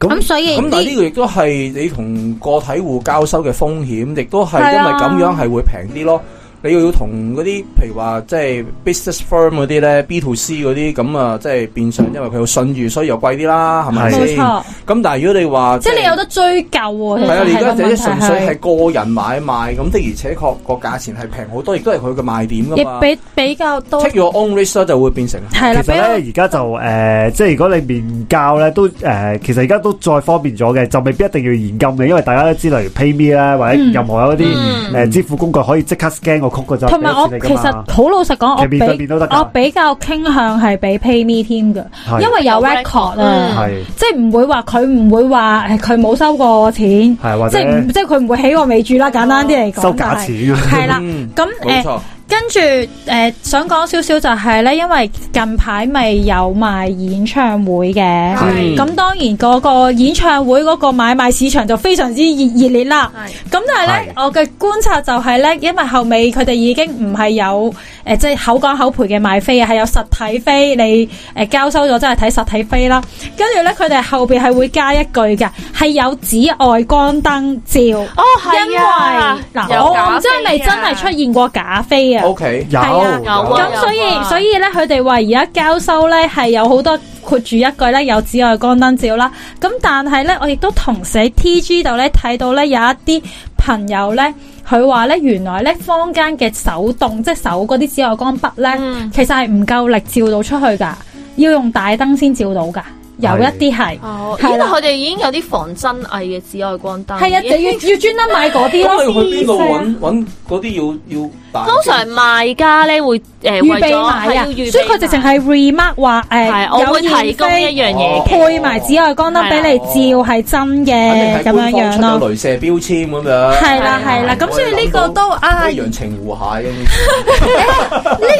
Speaker 2: 咁
Speaker 1: 咁
Speaker 2: 所以
Speaker 4: 咁但嗯係呢
Speaker 2: 呢
Speaker 4: 個亦都係你同個體户交收嘅風險，亦都係
Speaker 2: 係啊
Speaker 4: 因為咁樣係會平啲咯。你要同嗰啲譬如話即係 business firm 嗰啲咧 B to C 嗰啲咁啊，即係變相因為佢有信譽，所以又貴啲啦，係咪
Speaker 1: 係
Speaker 4: 先？
Speaker 2: 冇錯
Speaker 4: 咁，但係如果你話
Speaker 2: 即係你有得追究喎。其
Speaker 4: 係
Speaker 2: 實
Speaker 4: 啊，而家
Speaker 2: 係個
Speaker 4: 就
Speaker 2: 問
Speaker 4: 係純
Speaker 2: 題
Speaker 4: 粹
Speaker 2: 係。
Speaker 4: 係個人買賣，咁的而且確個價錢係平好多，亦都係佢嘅賣點噶
Speaker 2: 亦
Speaker 4: 嘛。
Speaker 2: 比比較多
Speaker 4: Take your own risk 咧就會變成
Speaker 2: 係啦，
Speaker 1: 其實
Speaker 2: 比
Speaker 1: 咧，而
Speaker 2: 較
Speaker 1: 家就誒、呃即係如果你面交咧，都誒、呃其實而家都再方便咗嘅，就未必一定要現金嘅，因為大家都知，例如 PayMe 啦，或者
Speaker 2: 嗯
Speaker 1: 任何一啲誒、
Speaker 3: 嗯
Speaker 1: 呃支付工具可以即刻 scan 個曲個就
Speaker 2: 同埋我
Speaker 1: 俾咗
Speaker 2: 其
Speaker 1: 錢你㗎嘛
Speaker 2: 實好老實講，我
Speaker 1: 其實面對面
Speaker 2: 比
Speaker 1: 都得㗎
Speaker 2: 我比較傾向係俾 PayMe 添嘅，
Speaker 1: 係
Speaker 2: 因為有
Speaker 3: 有
Speaker 2: record
Speaker 3: 嗯
Speaker 2: 啊，
Speaker 1: 係
Speaker 2: 即係唔會話佢唔會話誒佢冇收過我錢，即
Speaker 1: 係或者
Speaker 2: 係唔即係佢唔會起我尾注啦。簡單啲嚟講，
Speaker 1: 收假錢啊，
Speaker 2: 係啦。
Speaker 4: 嗯
Speaker 2: 咁
Speaker 4: 冇
Speaker 2: 誒，
Speaker 4: 錯，
Speaker 2: 跟住誒想講少少就係咧，因為近排咪有賣演唱
Speaker 1: [LAUGHS]
Speaker 2: 會嘅，
Speaker 4: 嗯
Speaker 3: 係
Speaker 2: 咁當然嗰個演唱會嗰個買賣市場就非常之熱熱烈啦。咁但係咧，我嘅觀察就係咧，因為後尾佢哋已經唔係有誒、呃即係口講口賠嘅買飛啊，係有實體飛，你誒、呃交收咗真係睇實體飛啦。跟住咧，佢哋後邊係會加一句嘅，係有紫外光燈照。
Speaker 3: 哦，
Speaker 2: 因
Speaker 3: 係啊
Speaker 2: 為，嗱，我我唔知係咪真係出現過假飛啊？
Speaker 4: OK，
Speaker 1: 有
Speaker 2: 係啊
Speaker 3: 有啊
Speaker 2: 咁所
Speaker 3: 有啊
Speaker 2: 以所以咧，佢哋話而家交收咧係有好多括住一句咧有紫外光燈照啦。咁但係咧，我亦都同時喺 T G 度咧睇到咧有一啲朋友咧，佢話咧原來咧坊間嘅手動即係手嗰啲紫外光筆咧，
Speaker 3: 嗯
Speaker 2: 其實係唔夠力照到出去噶，要用大燈先照到噶。有一啲係
Speaker 3: 哦，因
Speaker 2: 係
Speaker 3: 為
Speaker 2: 啦
Speaker 3: 佢哋已經有啲防真偽嘅紫外光燈， [LAUGHS]
Speaker 2: 係啊，就要要專登買嗰啲
Speaker 4: 咁
Speaker 2: 咯。
Speaker 4: 你去邊度
Speaker 2: 係啊
Speaker 4: 揾揾嗰啲要要打？
Speaker 3: 通常賣家咧會誒
Speaker 2: 預
Speaker 3: 為
Speaker 2: 備
Speaker 3: 咗
Speaker 2: 買
Speaker 3: 係
Speaker 2: 啊
Speaker 3: 要，預備
Speaker 2: 所以佢直情係 remark 話
Speaker 3: 係
Speaker 2: 誒
Speaker 3: 我
Speaker 2: 有
Speaker 3: 會提
Speaker 2: 現
Speaker 3: 供呢
Speaker 2: 飛
Speaker 3: 一樣嘢嘅，
Speaker 2: 配埋紫外光燈俾你照係真嘅
Speaker 4: 肯定係
Speaker 2: 呃咁樣
Speaker 4: 官方
Speaker 2: 樣
Speaker 4: 出
Speaker 2: 咯。
Speaker 4: 咗雷射標籤咁樣。啊
Speaker 2: 係啦係啦，咁所以呢個都啊，
Speaker 4: 可以
Speaker 2: 呢
Speaker 4: 陽澄湖蟹咁。
Speaker 1: 但係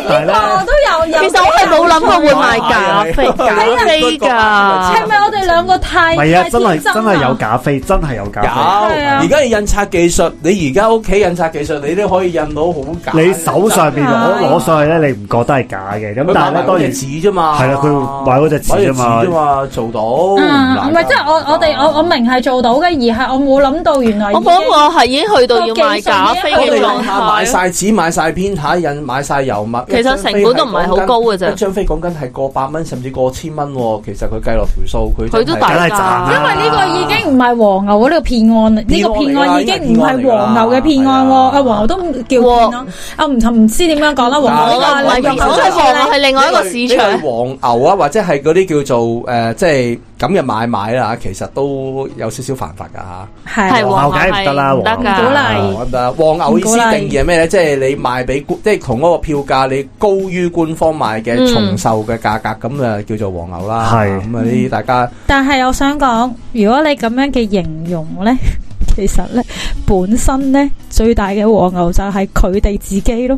Speaker 2: 個
Speaker 1: 咧，
Speaker 2: 都有有。
Speaker 3: 其實我係冇諗過會賣假飛，假飛
Speaker 2: 係
Speaker 3: 㗎。
Speaker 2: 咪我哋兩個太
Speaker 1: 唔係啊，
Speaker 2: 太
Speaker 1: 真係
Speaker 2: 天
Speaker 1: 真
Speaker 2: 真
Speaker 1: 係有假飛，真係有假
Speaker 4: 有，
Speaker 1: 飛。
Speaker 2: 啊
Speaker 4: 而家嘅印刷技術，你而家屋企印刷技術，你都可以印到好假。
Speaker 1: 你手上邊攞
Speaker 2: 係
Speaker 1: 攞上去咧，你唔覺得係假嘅？咁
Speaker 4: 佢
Speaker 1: 但係
Speaker 4: 買
Speaker 1: 咧，
Speaker 4: 嗰
Speaker 1: 當然
Speaker 4: 隻紙啫嘛。
Speaker 1: 係啦佢買嗰隻紙啫嘛
Speaker 4: 買隻紙啫嘛，做到。
Speaker 2: 嗯，唔係即係我我哋我我明係做到嘅，而係我冇諗到原來已
Speaker 3: 我
Speaker 2: 經
Speaker 3: 冇諗過係已經去到要賣假飛
Speaker 4: 我
Speaker 3: 嘅
Speaker 4: 哋
Speaker 3: 狀
Speaker 4: 諗下
Speaker 3: 態。
Speaker 4: 買晒紙、買晒偏下印、買晒油墨，
Speaker 3: 其實成本都唔係好高嘅啫
Speaker 4: 一張飛講緊係過百蚊，甚至過千蚊喎。其實佢計落條數，佢
Speaker 3: 佢都
Speaker 4: 真係
Speaker 1: 梗
Speaker 3: 大
Speaker 1: 係賺啦
Speaker 3: 㗎，
Speaker 2: 因為呢個已經唔係和牛啊，呢個騙案啊，呢個騙案已經唔係和牛嘅騙案喎，啊和牛都唔叫騙咯，啊唔唔知點樣講啦，和
Speaker 3: 我
Speaker 2: 牛
Speaker 3: 啊
Speaker 2: 啊，
Speaker 3: 唔係
Speaker 2: 你用
Speaker 3: 我係望係另外一個市
Speaker 4: 呢
Speaker 3: 場。
Speaker 4: 類黃牛啊，或者係嗰啲叫做誒、呃即係咁嘅買賣啦，其實都有少少犯法㗎嚇。
Speaker 2: 係
Speaker 3: 係
Speaker 1: 黃牛梗係唔得啦
Speaker 3: 唔得
Speaker 1: 黃牛
Speaker 2: 好啦
Speaker 3: 㗎。
Speaker 2: 係
Speaker 4: 咁啊，黃牛意思
Speaker 2: 唔鼓勵
Speaker 4: 定義係咩咧？即係你賣俾官即係同嗰個票價你高於官方賣嘅
Speaker 3: 嗯
Speaker 4: 重售嘅價格，咁啊叫做黃牛啦。
Speaker 1: 係
Speaker 4: 咁啊，呢啲大家
Speaker 2: 但係我想講，如果你咁樣嘅形容呢， [LAUGHS] 其實呢，本身呢，最大嘅和牛就係佢哋自己咯。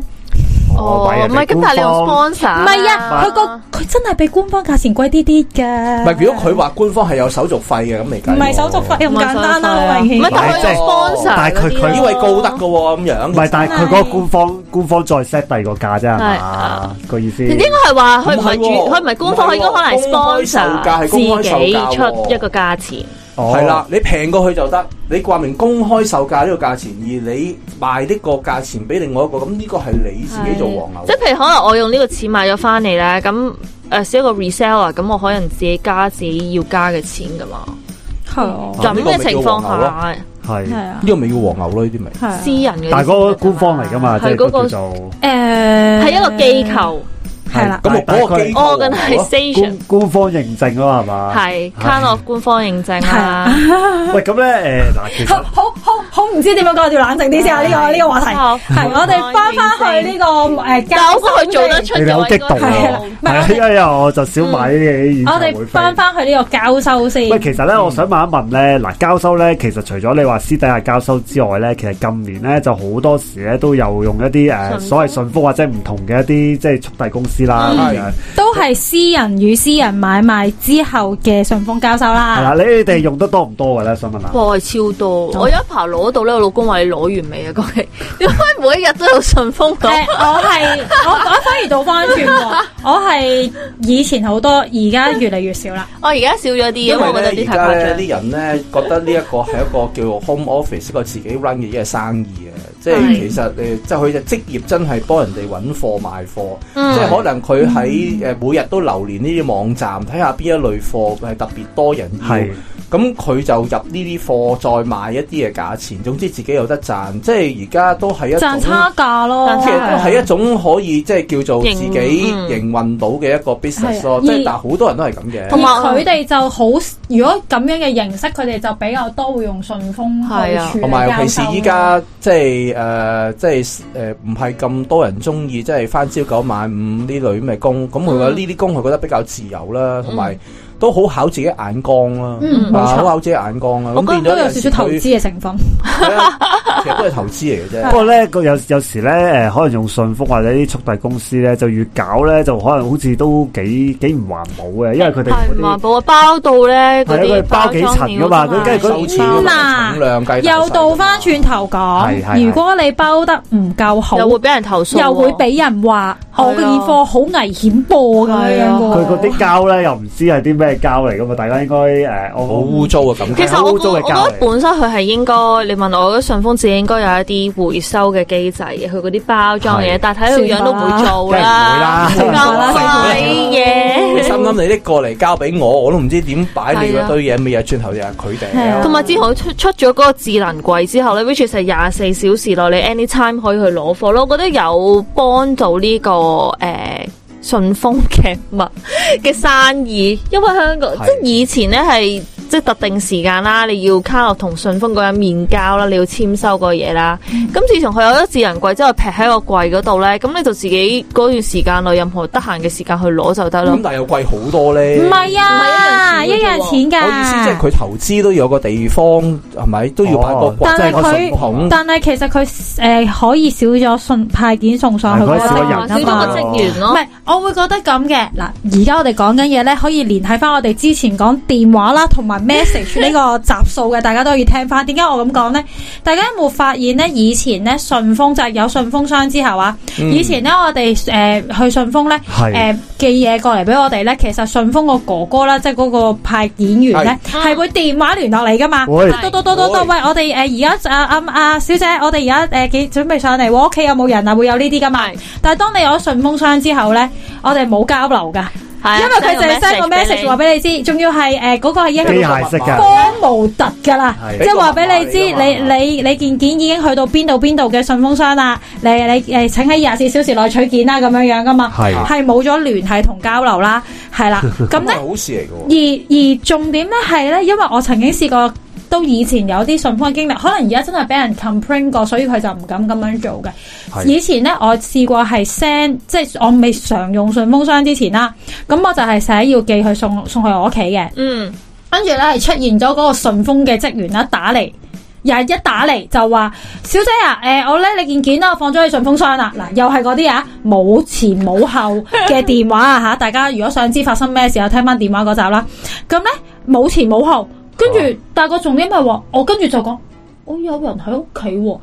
Speaker 3: 哦，唔係咁，但係你用
Speaker 2: 唔
Speaker 3: sponsor，
Speaker 2: 係啊，佢個佢真係比官方價錢貴啲啲
Speaker 4: 唔
Speaker 2: 嘅。
Speaker 4: 係如果佢話官方係有手續費嘅，咁嚟計
Speaker 2: 唔係手續費咁簡單啦，好明
Speaker 3: 唔係
Speaker 2: 顯。
Speaker 3: 但係佢用 sponsor，
Speaker 1: 但係佢佢
Speaker 4: 以為告得嘅喎，咁樣
Speaker 1: 唔係，但係佢嗰個
Speaker 2: 係
Speaker 1: 官方官方再 set 第二個價啫，係
Speaker 3: 係
Speaker 1: 嘛
Speaker 3: 啊
Speaker 1: 個意思。
Speaker 3: 應該係話佢唔係
Speaker 4: 唔係喎
Speaker 3: 主，佢唔係官方，佢應該可能係
Speaker 4: 公開售
Speaker 3: sponsor
Speaker 4: 價係
Speaker 3: 自
Speaker 4: 公開售
Speaker 3: 己
Speaker 4: 價喎
Speaker 3: 出一個價錢。
Speaker 1: 哦
Speaker 4: 係啦，，你平過去就得，你掛明公開售價呢個價錢，而你賣呢個價錢俾另外一個，咁呢個係你自己做黃牛。
Speaker 3: 即係譬如可能我用呢個錢買咗翻嚟咧，咁誒少一個 reseller，咁我可能自己加自己要加嘅錢噶嘛。
Speaker 2: 係啊，
Speaker 3: 咁嘅情況
Speaker 4: 呢個咪叫
Speaker 3: 下，
Speaker 1: 係
Speaker 2: 係。啊，
Speaker 4: 呢個咪叫黃牛咯？呢啲咪
Speaker 2: 係啊
Speaker 3: 私人嘅，
Speaker 1: 但係嗰個官方嚟噶嘛，即
Speaker 3: 係
Speaker 1: 係
Speaker 3: 嗰
Speaker 1: 嗰
Speaker 3: 個
Speaker 1: 個叫做
Speaker 2: 誒
Speaker 3: 係一個機構
Speaker 2: 啊係啦。
Speaker 4: 咁嗰個機
Speaker 3: 哦
Speaker 4: 構黃牛咯
Speaker 3: organization，
Speaker 1: 官官方認證啊嘛，係
Speaker 3: 係 kind of 官方認證啊啦。
Speaker 1: 嘛？喂，咁咧誒嗱，其
Speaker 2: 好
Speaker 1: 實
Speaker 2: 好好好，唔知點樣講，我要冷靜啲先啊！呢個呢個話題係我哋翻翻去呢個呃誒
Speaker 3: 但係我覺得佢做得出
Speaker 1: 你哋
Speaker 3: 嘅
Speaker 1: 好
Speaker 3: 話，
Speaker 1: 激
Speaker 3: 應該
Speaker 1: 動
Speaker 2: 係
Speaker 1: 喎
Speaker 2: 啦
Speaker 3: 係，
Speaker 1: 係
Speaker 2: 唔係我哋
Speaker 1: 因為我就少買呢啲演
Speaker 2: 我
Speaker 1: 唱會
Speaker 2: 哋
Speaker 1: 飛
Speaker 2: 翻。翻去呢個交收先。
Speaker 1: 喂，其實咧，我想問一問咧，嗱，交收咧，其實除咗你話私底下交收之外咧，其實近年咧就好多時咧都有用一啲誒、
Speaker 3: 順豐
Speaker 1: 所謂順豐或者唔同嘅一啲即係速遞公司師啦
Speaker 4: 嗯
Speaker 1: 咁樣。
Speaker 2: 都係私人與私人買賣之後嘅順豐交收
Speaker 1: 係
Speaker 2: 啦
Speaker 1: 啦，。你哋用得多唔多嘅咧？想問下。
Speaker 3: 啊哇，係超
Speaker 1: 哦
Speaker 3: 多！我有一排攞到咧，我老公話你攞完未啊？講起 [LAUGHS] 點解每一日都有順豐
Speaker 2: 誒、
Speaker 1: 哎
Speaker 3: 咁？
Speaker 2: 我係我我反而倒翻轉喎，我係以前好多，而家越嚟越少啦。
Speaker 3: 我哦而家少咗啲，因為
Speaker 4: 因
Speaker 3: 我覺得
Speaker 4: 為
Speaker 3: 啲
Speaker 4: 咧而
Speaker 3: 太
Speaker 4: 家咧
Speaker 3: 誇張
Speaker 4: 啲。人咧覺得呢一個係一個叫 home office 一個自己 run 嘅一個生意嘅，即係
Speaker 3: 係
Speaker 4: 其實誒，呃即係佢嘅職業真係幫人哋揾貨賣貨，
Speaker 3: 嗯
Speaker 4: 即係可能佢喺誒每日都流連呢啲網站，睇下邊一類貨係特別多人要
Speaker 1: 係。
Speaker 4: 咁佢就入呢啲貨，再賣一啲嘅價錢，總之自己有得賺。即係而家都係一
Speaker 2: 賺
Speaker 4: 種，
Speaker 2: 差價咯，
Speaker 3: 賺
Speaker 4: 其實都係一種可以即係叫做自己
Speaker 3: 營嗯
Speaker 4: 營運到嘅一個 business
Speaker 2: 係
Speaker 4: 咯。即係
Speaker 2: 而
Speaker 4: 但係好多人都係咁嘅
Speaker 2: 而
Speaker 3: 同。埋
Speaker 2: 佢哋就好，如果咁樣嘅形式，佢哋就比較多會用順豐
Speaker 3: 係啊
Speaker 2: 去處理
Speaker 4: 同埋尤其
Speaker 2: 交收
Speaker 4: 是依家即係誒、呃即係誒唔係咁多人中意，即係翻朝九晚五呢類咁嘅工。咁佢
Speaker 2: 嗯
Speaker 4: 覺得呢啲工佢覺得比較自由啦，同埋都好考自己眼光啦，
Speaker 2: 嗯冇
Speaker 4: 啊
Speaker 2: 錯
Speaker 4: 好考自己眼光啦。
Speaker 3: 我
Speaker 4: 咁
Speaker 3: 覺得
Speaker 4: 變
Speaker 2: 都
Speaker 4: 咗
Speaker 2: 有
Speaker 4: 有
Speaker 2: 少
Speaker 4: 時
Speaker 2: 少投資
Speaker 4: 佢
Speaker 2: 嘅成分，
Speaker 4: 係啊其實都係投資嚟嘅啫。
Speaker 1: 不過咧，個有有時咧，誒可能用順豐或者啲速遞公司咧，就越搞咧，就可能好似都幾幾唔環保嘅，因為佢哋
Speaker 3: 係
Speaker 1: 嗰
Speaker 3: 唔
Speaker 1: 啲
Speaker 3: 環保啊？包到咧
Speaker 1: 係啊
Speaker 3: 嗰
Speaker 1: 佢
Speaker 3: 啲啊
Speaker 1: 包幾層㗎嘛
Speaker 3: 裝料
Speaker 1: 跟住佢
Speaker 4: 收錢㗎嘛重量計
Speaker 2: 又倒翻轉頭
Speaker 1: 係係係
Speaker 2: 講，如果你包得唔夠好，
Speaker 3: 又會俾人投訴喎，
Speaker 2: 又會俾人話
Speaker 3: 係
Speaker 2: 我
Speaker 3: 啊
Speaker 2: 嘅現貨好危險噃咁樣樣
Speaker 1: 佢嗰
Speaker 2: 喎。
Speaker 1: 啲膠咧，又唔知係啲咩膠嚟噶嘛，大家應該誒，我
Speaker 4: 好污糟嘅感
Speaker 3: 其
Speaker 4: 覺。
Speaker 3: 實我
Speaker 1: 好
Speaker 3: 覺
Speaker 1: 糟
Speaker 3: 我
Speaker 1: 嘅
Speaker 3: 覺
Speaker 1: 膠
Speaker 3: 得
Speaker 1: 嚟
Speaker 3: 本身佢係應該，你問我，我覺得順豐自己應該有一啲回收嘅機制嘅，佢嗰啲包裝嘢
Speaker 1: 係，
Speaker 3: 但睇佢個樣都唔會做啦，
Speaker 1: 梗係唔會
Speaker 3: [LAUGHS]
Speaker 2: 啦
Speaker 3: 咁鬼
Speaker 1: [LAUGHS]
Speaker 3: 嘢。
Speaker 4: 心諗你呢個嚟交俾我，我都唔知點擺你
Speaker 3: 係啊
Speaker 4: 嗰堆嘢，咪又轉頭又係佢
Speaker 2: 係啊
Speaker 4: 哋。
Speaker 3: 同埋之前我出出咗嗰個智能櫃之後咧，which is 係廿四小時內你 anytime 可以去攞貨咯，我覺得有幫到呢、個誒、呃、順豐嘅物嘅生意，因為香港
Speaker 1: 係
Speaker 3: 即係以前咧係即係特定時間啦，你要卡落同順豐嗰人面交啦，你要簽收個嘢啦。咁自從佢有咗智能櫃之後，劈喺個櫃嗰度咧，咁你就自己嗰段時間內任何得閒嘅時間去攞就得咯
Speaker 4: 咁。但係又貴好多咧。
Speaker 2: 唔係啊，
Speaker 3: 唔係一
Speaker 2: 一
Speaker 3: 樣
Speaker 2: 樣
Speaker 3: 錢嘅啫喎
Speaker 2: 錢
Speaker 4: 我意思即係
Speaker 2: 㗎。
Speaker 4: 佢投資都要有個地方係咪都要擺個
Speaker 1: 哦
Speaker 4: 國際
Speaker 2: 但係
Speaker 4: 個
Speaker 2: 佢
Speaker 4: 信筒。
Speaker 2: 但係其實佢誒可以少咗信派件送上去
Speaker 1: 係
Speaker 2: 嗰
Speaker 1: 嗰
Speaker 2: 個
Speaker 1: 少咗人
Speaker 2: 成本啊
Speaker 3: 少咗
Speaker 2: 嘛
Speaker 3: 個職員
Speaker 2: 唔
Speaker 3: 咯，
Speaker 2: 係，我會覺得咁嘅嗱，而家我哋講緊嘢咧，可以聯繫翻我哋之前講電話啦，同埋 message 呢個集數嘅，大家都要聽翻。點解我咁講呢？大家有冇發現呢？以前呢，順豐就係有順豐箱之後啊，
Speaker 4: 嗯
Speaker 2: 以前呢，我哋誒、呃去順豐呢，誒、
Speaker 1: 係
Speaker 2: 寄嘢過嚟俾我哋呢，其實順豐個哥哥啦，即係嗰個派件員呢，
Speaker 3: 係
Speaker 2: 係會電話聯絡你噶嘛。
Speaker 1: 會
Speaker 2: 多多多多多，
Speaker 4: 會
Speaker 2: 喂，我哋誒而家啊啊啊小姐，我哋而家誒呃幾準備上嚟喎，屋企有冇人啊？會有呢啲噶嘛？但係當你有咗順豐箱之後咧，我哋冇交流噶，
Speaker 3: 係啊
Speaker 2: 因為佢就係 send 個 message 話
Speaker 3: 俾
Speaker 2: 俾你知，仲要係誒嗰個係一
Speaker 1: 機
Speaker 2: 個
Speaker 1: 械式
Speaker 3: 啊
Speaker 1: 㗎，
Speaker 2: 光無突噶啦
Speaker 1: 係，
Speaker 2: 即
Speaker 4: 哎
Speaker 2: 係話俾你知，
Speaker 4: 俾個密碼你㗎
Speaker 2: 你
Speaker 4: 嘛
Speaker 2: 你你件件已經去到邊度邊度嘅順豐箱啦，你你誒請喺廿四小時內取件啦，咁樣樣噶嘛，
Speaker 1: 係
Speaker 2: 係冇咗聯繫同交流啦，係啦，咁咧
Speaker 4: 係。好事嚟
Speaker 2: 而而重點咧係咧，因為我曾經試過都以前有啲順豐嘅經歷，可能而家真係俾人 complain 過，所以佢就唔敢咁樣做嘅。以前咧，我試過係 send，即係我未常用順豐箱之前啦，咁我就係寫要寄去送送去我屋企嘅，
Speaker 3: 嗯。
Speaker 2: 跟住咧係出現咗嗰個順豐嘅職員啦啊打嚟。又係一打嚟就話，小姐啊，誒、我咧你件件啦，我放咗去順豐箱啦，嗱又係嗰啲啊，冇前冇後嘅電話啊嚇， [LAUGHS] 大家如果想知發生咩事，有聽翻電話嗰集啦。咁咧冇前冇後，跟住但係個重點係話，我跟住就講，我有人喺屋企喎。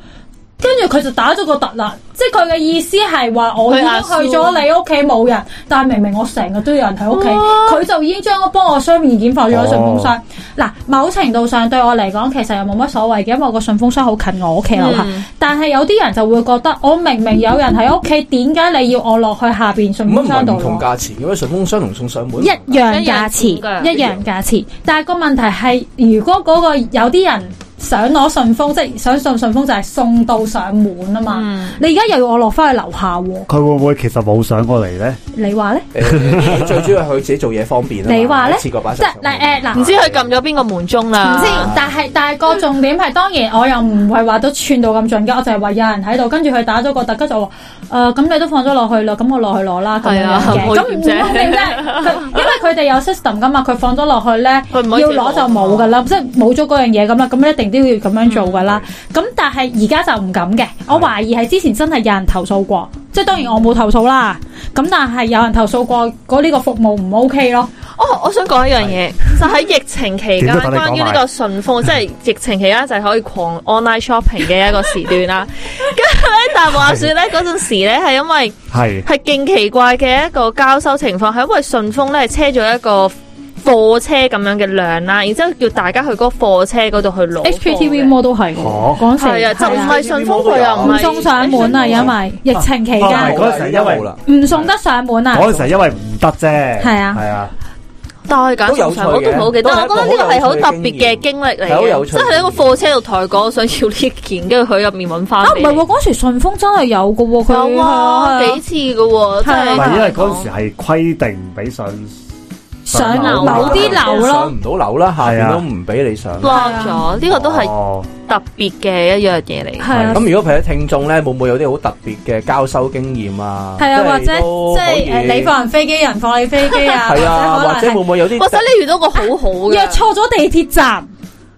Speaker 2: 跟住佢就打咗個突啦，即係佢嘅意思係話我已經去咗你屋企冇人，但係明明我成日都有人喺屋企，佢就已經將我幫我雙面件放咗喺順豐
Speaker 4: 哦
Speaker 2: 箱。嗱、某程度上對我嚟講，其實又冇乜所謂嘅，因為我個順豐箱好近我屋企樓下。
Speaker 3: 嗯
Speaker 2: 但係有啲人就會覺得，我明明有人喺屋企，點解你要我落去下邊順豐
Speaker 4: 嘅喎，乜唔係
Speaker 2: 箱度
Speaker 4: 唔同
Speaker 2: 攞？
Speaker 4: 價錢嘅咩？順豐箱同送上門
Speaker 2: 一樣價錢，
Speaker 3: 一樣錢㗎
Speaker 2: 一樣價錢。但係個問題係，如果嗰個有啲人想攞順豐，即係想送順豐，就係送到上門啊嘛。
Speaker 3: 嗯
Speaker 2: 你而家又要我落翻去樓下喎？
Speaker 1: 佢會唔會其實冇上過嚟咧？
Speaker 2: 你話咧？
Speaker 4: 誒最主要係佢自己做嘢方便啊嘛
Speaker 2: 你話咧
Speaker 4: 一次過擺
Speaker 2: 即
Speaker 4: 晒
Speaker 2: 係
Speaker 4: 上
Speaker 2: 嗱
Speaker 4: 門。
Speaker 2: 誒嗱，
Speaker 3: 唔知佢撳咗邊個門鐘啦？
Speaker 2: 啊唔知，但係但係個重點係，當然我又唔係話都串到咁盡嘅，我就係話有人喺度，跟住佢打咗個突，跟住我話誒呃咁你都放咗落去啦，咁我落去攞啦咁
Speaker 3: 係
Speaker 2: 樣
Speaker 3: 啊
Speaker 2: 嘅，
Speaker 3: 冇
Speaker 2: 咁唔
Speaker 3: 點啫
Speaker 2: 通點
Speaker 3: [LAUGHS]
Speaker 2: 啫？佢因為佢哋有 system 噶嘛，啊佢放咗落去咧，
Speaker 3: 佢唔可以
Speaker 2: 要攞就冇噶啦，即係冇咗嗰樣嘢咁啦，咁一定都要
Speaker 3: 嗯
Speaker 2: 咁樣做噶啦。咁但係而家就唔敢嘅，我懷疑係之前真係有人投訴過，即係當然我冇投訴啦，咁但係有人投訴過嗰呢個服務唔 OK 咯。
Speaker 3: 哦，我想講一樣嘢，就喺疫情期間，
Speaker 1: 點都等你講埋
Speaker 3: 關於呢個順豐，即係疫情期間就係可以狂 online shopping 嘅一個時段啦。 [LAUGHS] 跟住咧，但話說咧，嗰陣時咧係因為
Speaker 1: 系
Speaker 3: 係勁奇怪嘅一個交收情況，係因為順豐咧係車咗一個貨車咁樣嘅量啦，然之後叫大家去嗰個貨車嗰度去攞貨嘅。
Speaker 2: HKTV Mall 都係嘅
Speaker 1: 哦
Speaker 2: 喎，嗰陣時
Speaker 3: 係啊，就唔係順豐佢又唔
Speaker 2: 唔
Speaker 3: 係
Speaker 2: 送上門啊，因為疫情期
Speaker 1: 啊
Speaker 4: 哦
Speaker 2: 間
Speaker 1: 嗰陣時因為
Speaker 4: 冇啦
Speaker 2: 唔送得上門啊。
Speaker 1: 嗰阵时係因為唔得啫，
Speaker 2: 係啊
Speaker 1: 系啊，
Speaker 3: 但係揀送上我都唔好記得，我
Speaker 4: 都有
Speaker 3: 覺
Speaker 4: 趣嘅
Speaker 3: 得呢個係好特別嘅經歷嚟
Speaker 4: 係好
Speaker 3: 嘅，
Speaker 4: 有趣
Speaker 3: 即係喺一個貨車度抬過，我想要呢件，跟住佢入面揾翻。
Speaker 2: 啊，唔係喎，嗰陣時順豐真係有嘅喎，佢
Speaker 3: 有
Speaker 2: 係啊
Speaker 3: 啊，
Speaker 2: 啊
Speaker 3: 幾次嘅喎，
Speaker 1: 唔
Speaker 3: 真係。啊
Speaker 1: 係因為嗰阵
Speaker 4: 啊
Speaker 1: 时系规定唔俾上，
Speaker 2: 上
Speaker 1: 上樓
Speaker 2: 樓啊某啲樓咯
Speaker 4: 上。唔到樓啦，下
Speaker 1: 係啊
Speaker 4: 邊都唔俾你上。
Speaker 3: block 咗，呢個都係
Speaker 1: 哦
Speaker 3: 特別嘅一樣嘢嚟。
Speaker 2: 係啊，
Speaker 4: 咁如果譬如啲聽眾咧，會唔會有啲好特別嘅交收經驗啊？
Speaker 2: 係啊，或
Speaker 4: 即係
Speaker 2: 者
Speaker 4: 都
Speaker 2: 即係
Speaker 4: 可以
Speaker 2: 誒你放人飛機，人放你飛機
Speaker 4: [LAUGHS]
Speaker 2: 啊，
Speaker 4: 係啊，
Speaker 2: 或
Speaker 4: 或者
Speaker 2: 者可
Speaker 4: 會
Speaker 2: 能
Speaker 4: 唔會有啲
Speaker 3: 或者你遇到個好好
Speaker 2: 係
Speaker 3: 嘅，哦
Speaker 2: 約錯咗地鐵站。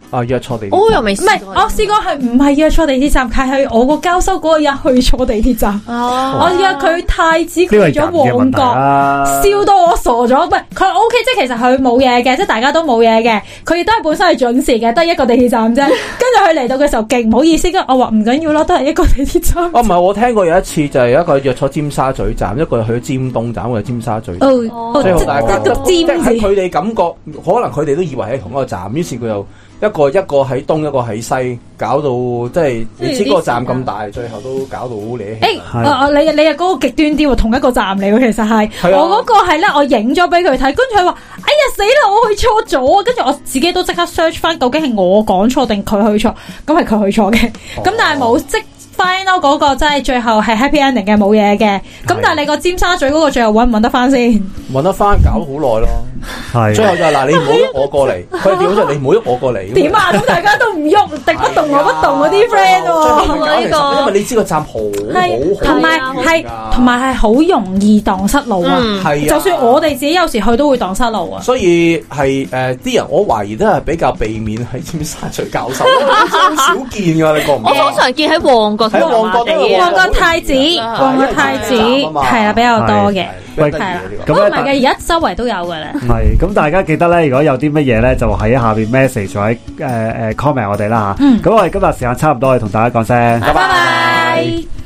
Speaker 4: 啊約錯地點？
Speaker 3: 我又未
Speaker 2: 唔係，我試過係唔係約錯地鐵站，係去我個交收嗰個日去錯地鐵站。
Speaker 3: 哦
Speaker 2: 我約佢太子去
Speaker 1: 呢個係
Speaker 2: 咗
Speaker 1: 人嘅
Speaker 2: 旺
Speaker 1: 問題啊
Speaker 2: 角，
Speaker 1: 啦，
Speaker 2: 呃笑到我傻咗。唔係佢 O K，即係其實佢冇嘢嘅，即係大家都冇嘢嘅。佢亦都係本身係準時嘅，得一個地鐵站啫。跟住佢嚟到嘅時候，勁唔好意思，跟住我話唔緊要啦，都係一個地鐵站。
Speaker 4: 哦，唔係，我聽過有一次就係一個約咗尖沙咀站，一個去咗尖東站，一個去尖沙咀站。
Speaker 2: 哦，哦
Speaker 4: 所以
Speaker 2: 即
Speaker 4: 好大
Speaker 2: 係
Speaker 4: 家
Speaker 2: 得
Speaker 4: 都
Speaker 2: 個
Speaker 4: 即
Speaker 2: 尖字
Speaker 4: 係。佢哋感覺，可能佢哋都以為喺同一個站，於是佢又一個一個喺東，一個喺西，搞到即係你知嗰個站咁大，最後都搞到好你。
Speaker 2: 诶，
Speaker 1: 係
Speaker 2: 我我你你係嗰個極端啲喎，同一個站嚟喎，其實係
Speaker 4: 係啊
Speaker 2: 我嗰個係咧，我影咗俾佢睇，跟住佢話：哎呀死啦，我去錯咗啊！跟住我自己都即刻 search 翻，究竟係我講錯定佢去錯？咁係佢去錯嘅，咁但係冇即 final 嗰個真係最後係 happy ending 嘅，冇嘢嘅。咁
Speaker 1: 係
Speaker 2: 但係你個尖沙咀嗰個最後揾唔揾得翻先？
Speaker 4: 揾得翻搞好耐咯，
Speaker 1: 系
Speaker 4: 最後就係嗱，你唔好喐我過嚟，佢哋叫咗你唔好喐我過嚟。
Speaker 2: 點啊？咁大家都唔喐，敵不動我不動嗰啲
Speaker 4: [LAUGHS]
Speaker 2: friend 喎。
Speaker 4: 呢個，因為你知個站好
Speaker 2: 係，
Speaker 4: 啊好啊
Speaker 2: 同埋係同埋係好容易蕩失路啊！
Speaker 3: 嗯，
Speaker 4: 係啊，
Speaker 2: 就算我哋自己有時去都會蕩失路啊！
Speaker 4: 所以係誒啲人，我懷疑都係比較避免喺尖沙咀教授，好少見㗎，你覺唔
Speaker 3: 我通
Speaker 4: 覺？
Speaker 3: 常見喺旺角同
Speaker 4: 喺旺角都有
Speaker 3: 油麻
Speaker 2: 旺
Speaker 3: 地
Speaker 4: 旺角
Speaker 3: 啊
Speaker 2: 角太子，
Speaker 3: 啊
Speaker 2: 旺角太子
Speaker 4: 因為有站啊嘛
Speaker 2: 係啦，比較多嘅，
Speaker 1: 喂
Speaker 4: 係啊
Speaker 2: 係啦
Speaker 4: 啦，。
Speaker 2: 不
Speaker 1: 咁
Speaker 2: 過唔
Speaker 1: 咧
Speaker 2: 係嘅，而家周圍都有噶啦。
Speaker 1: [LAUGHS] 系，咁大家記得咧，如果有啲乜嘢咧，就喺呃下边 message 或者诶诶 comment 我哋啦吓。咁我哋今日時間差唔多，我哋同大家講聲，
Speaker 2: 拜拜。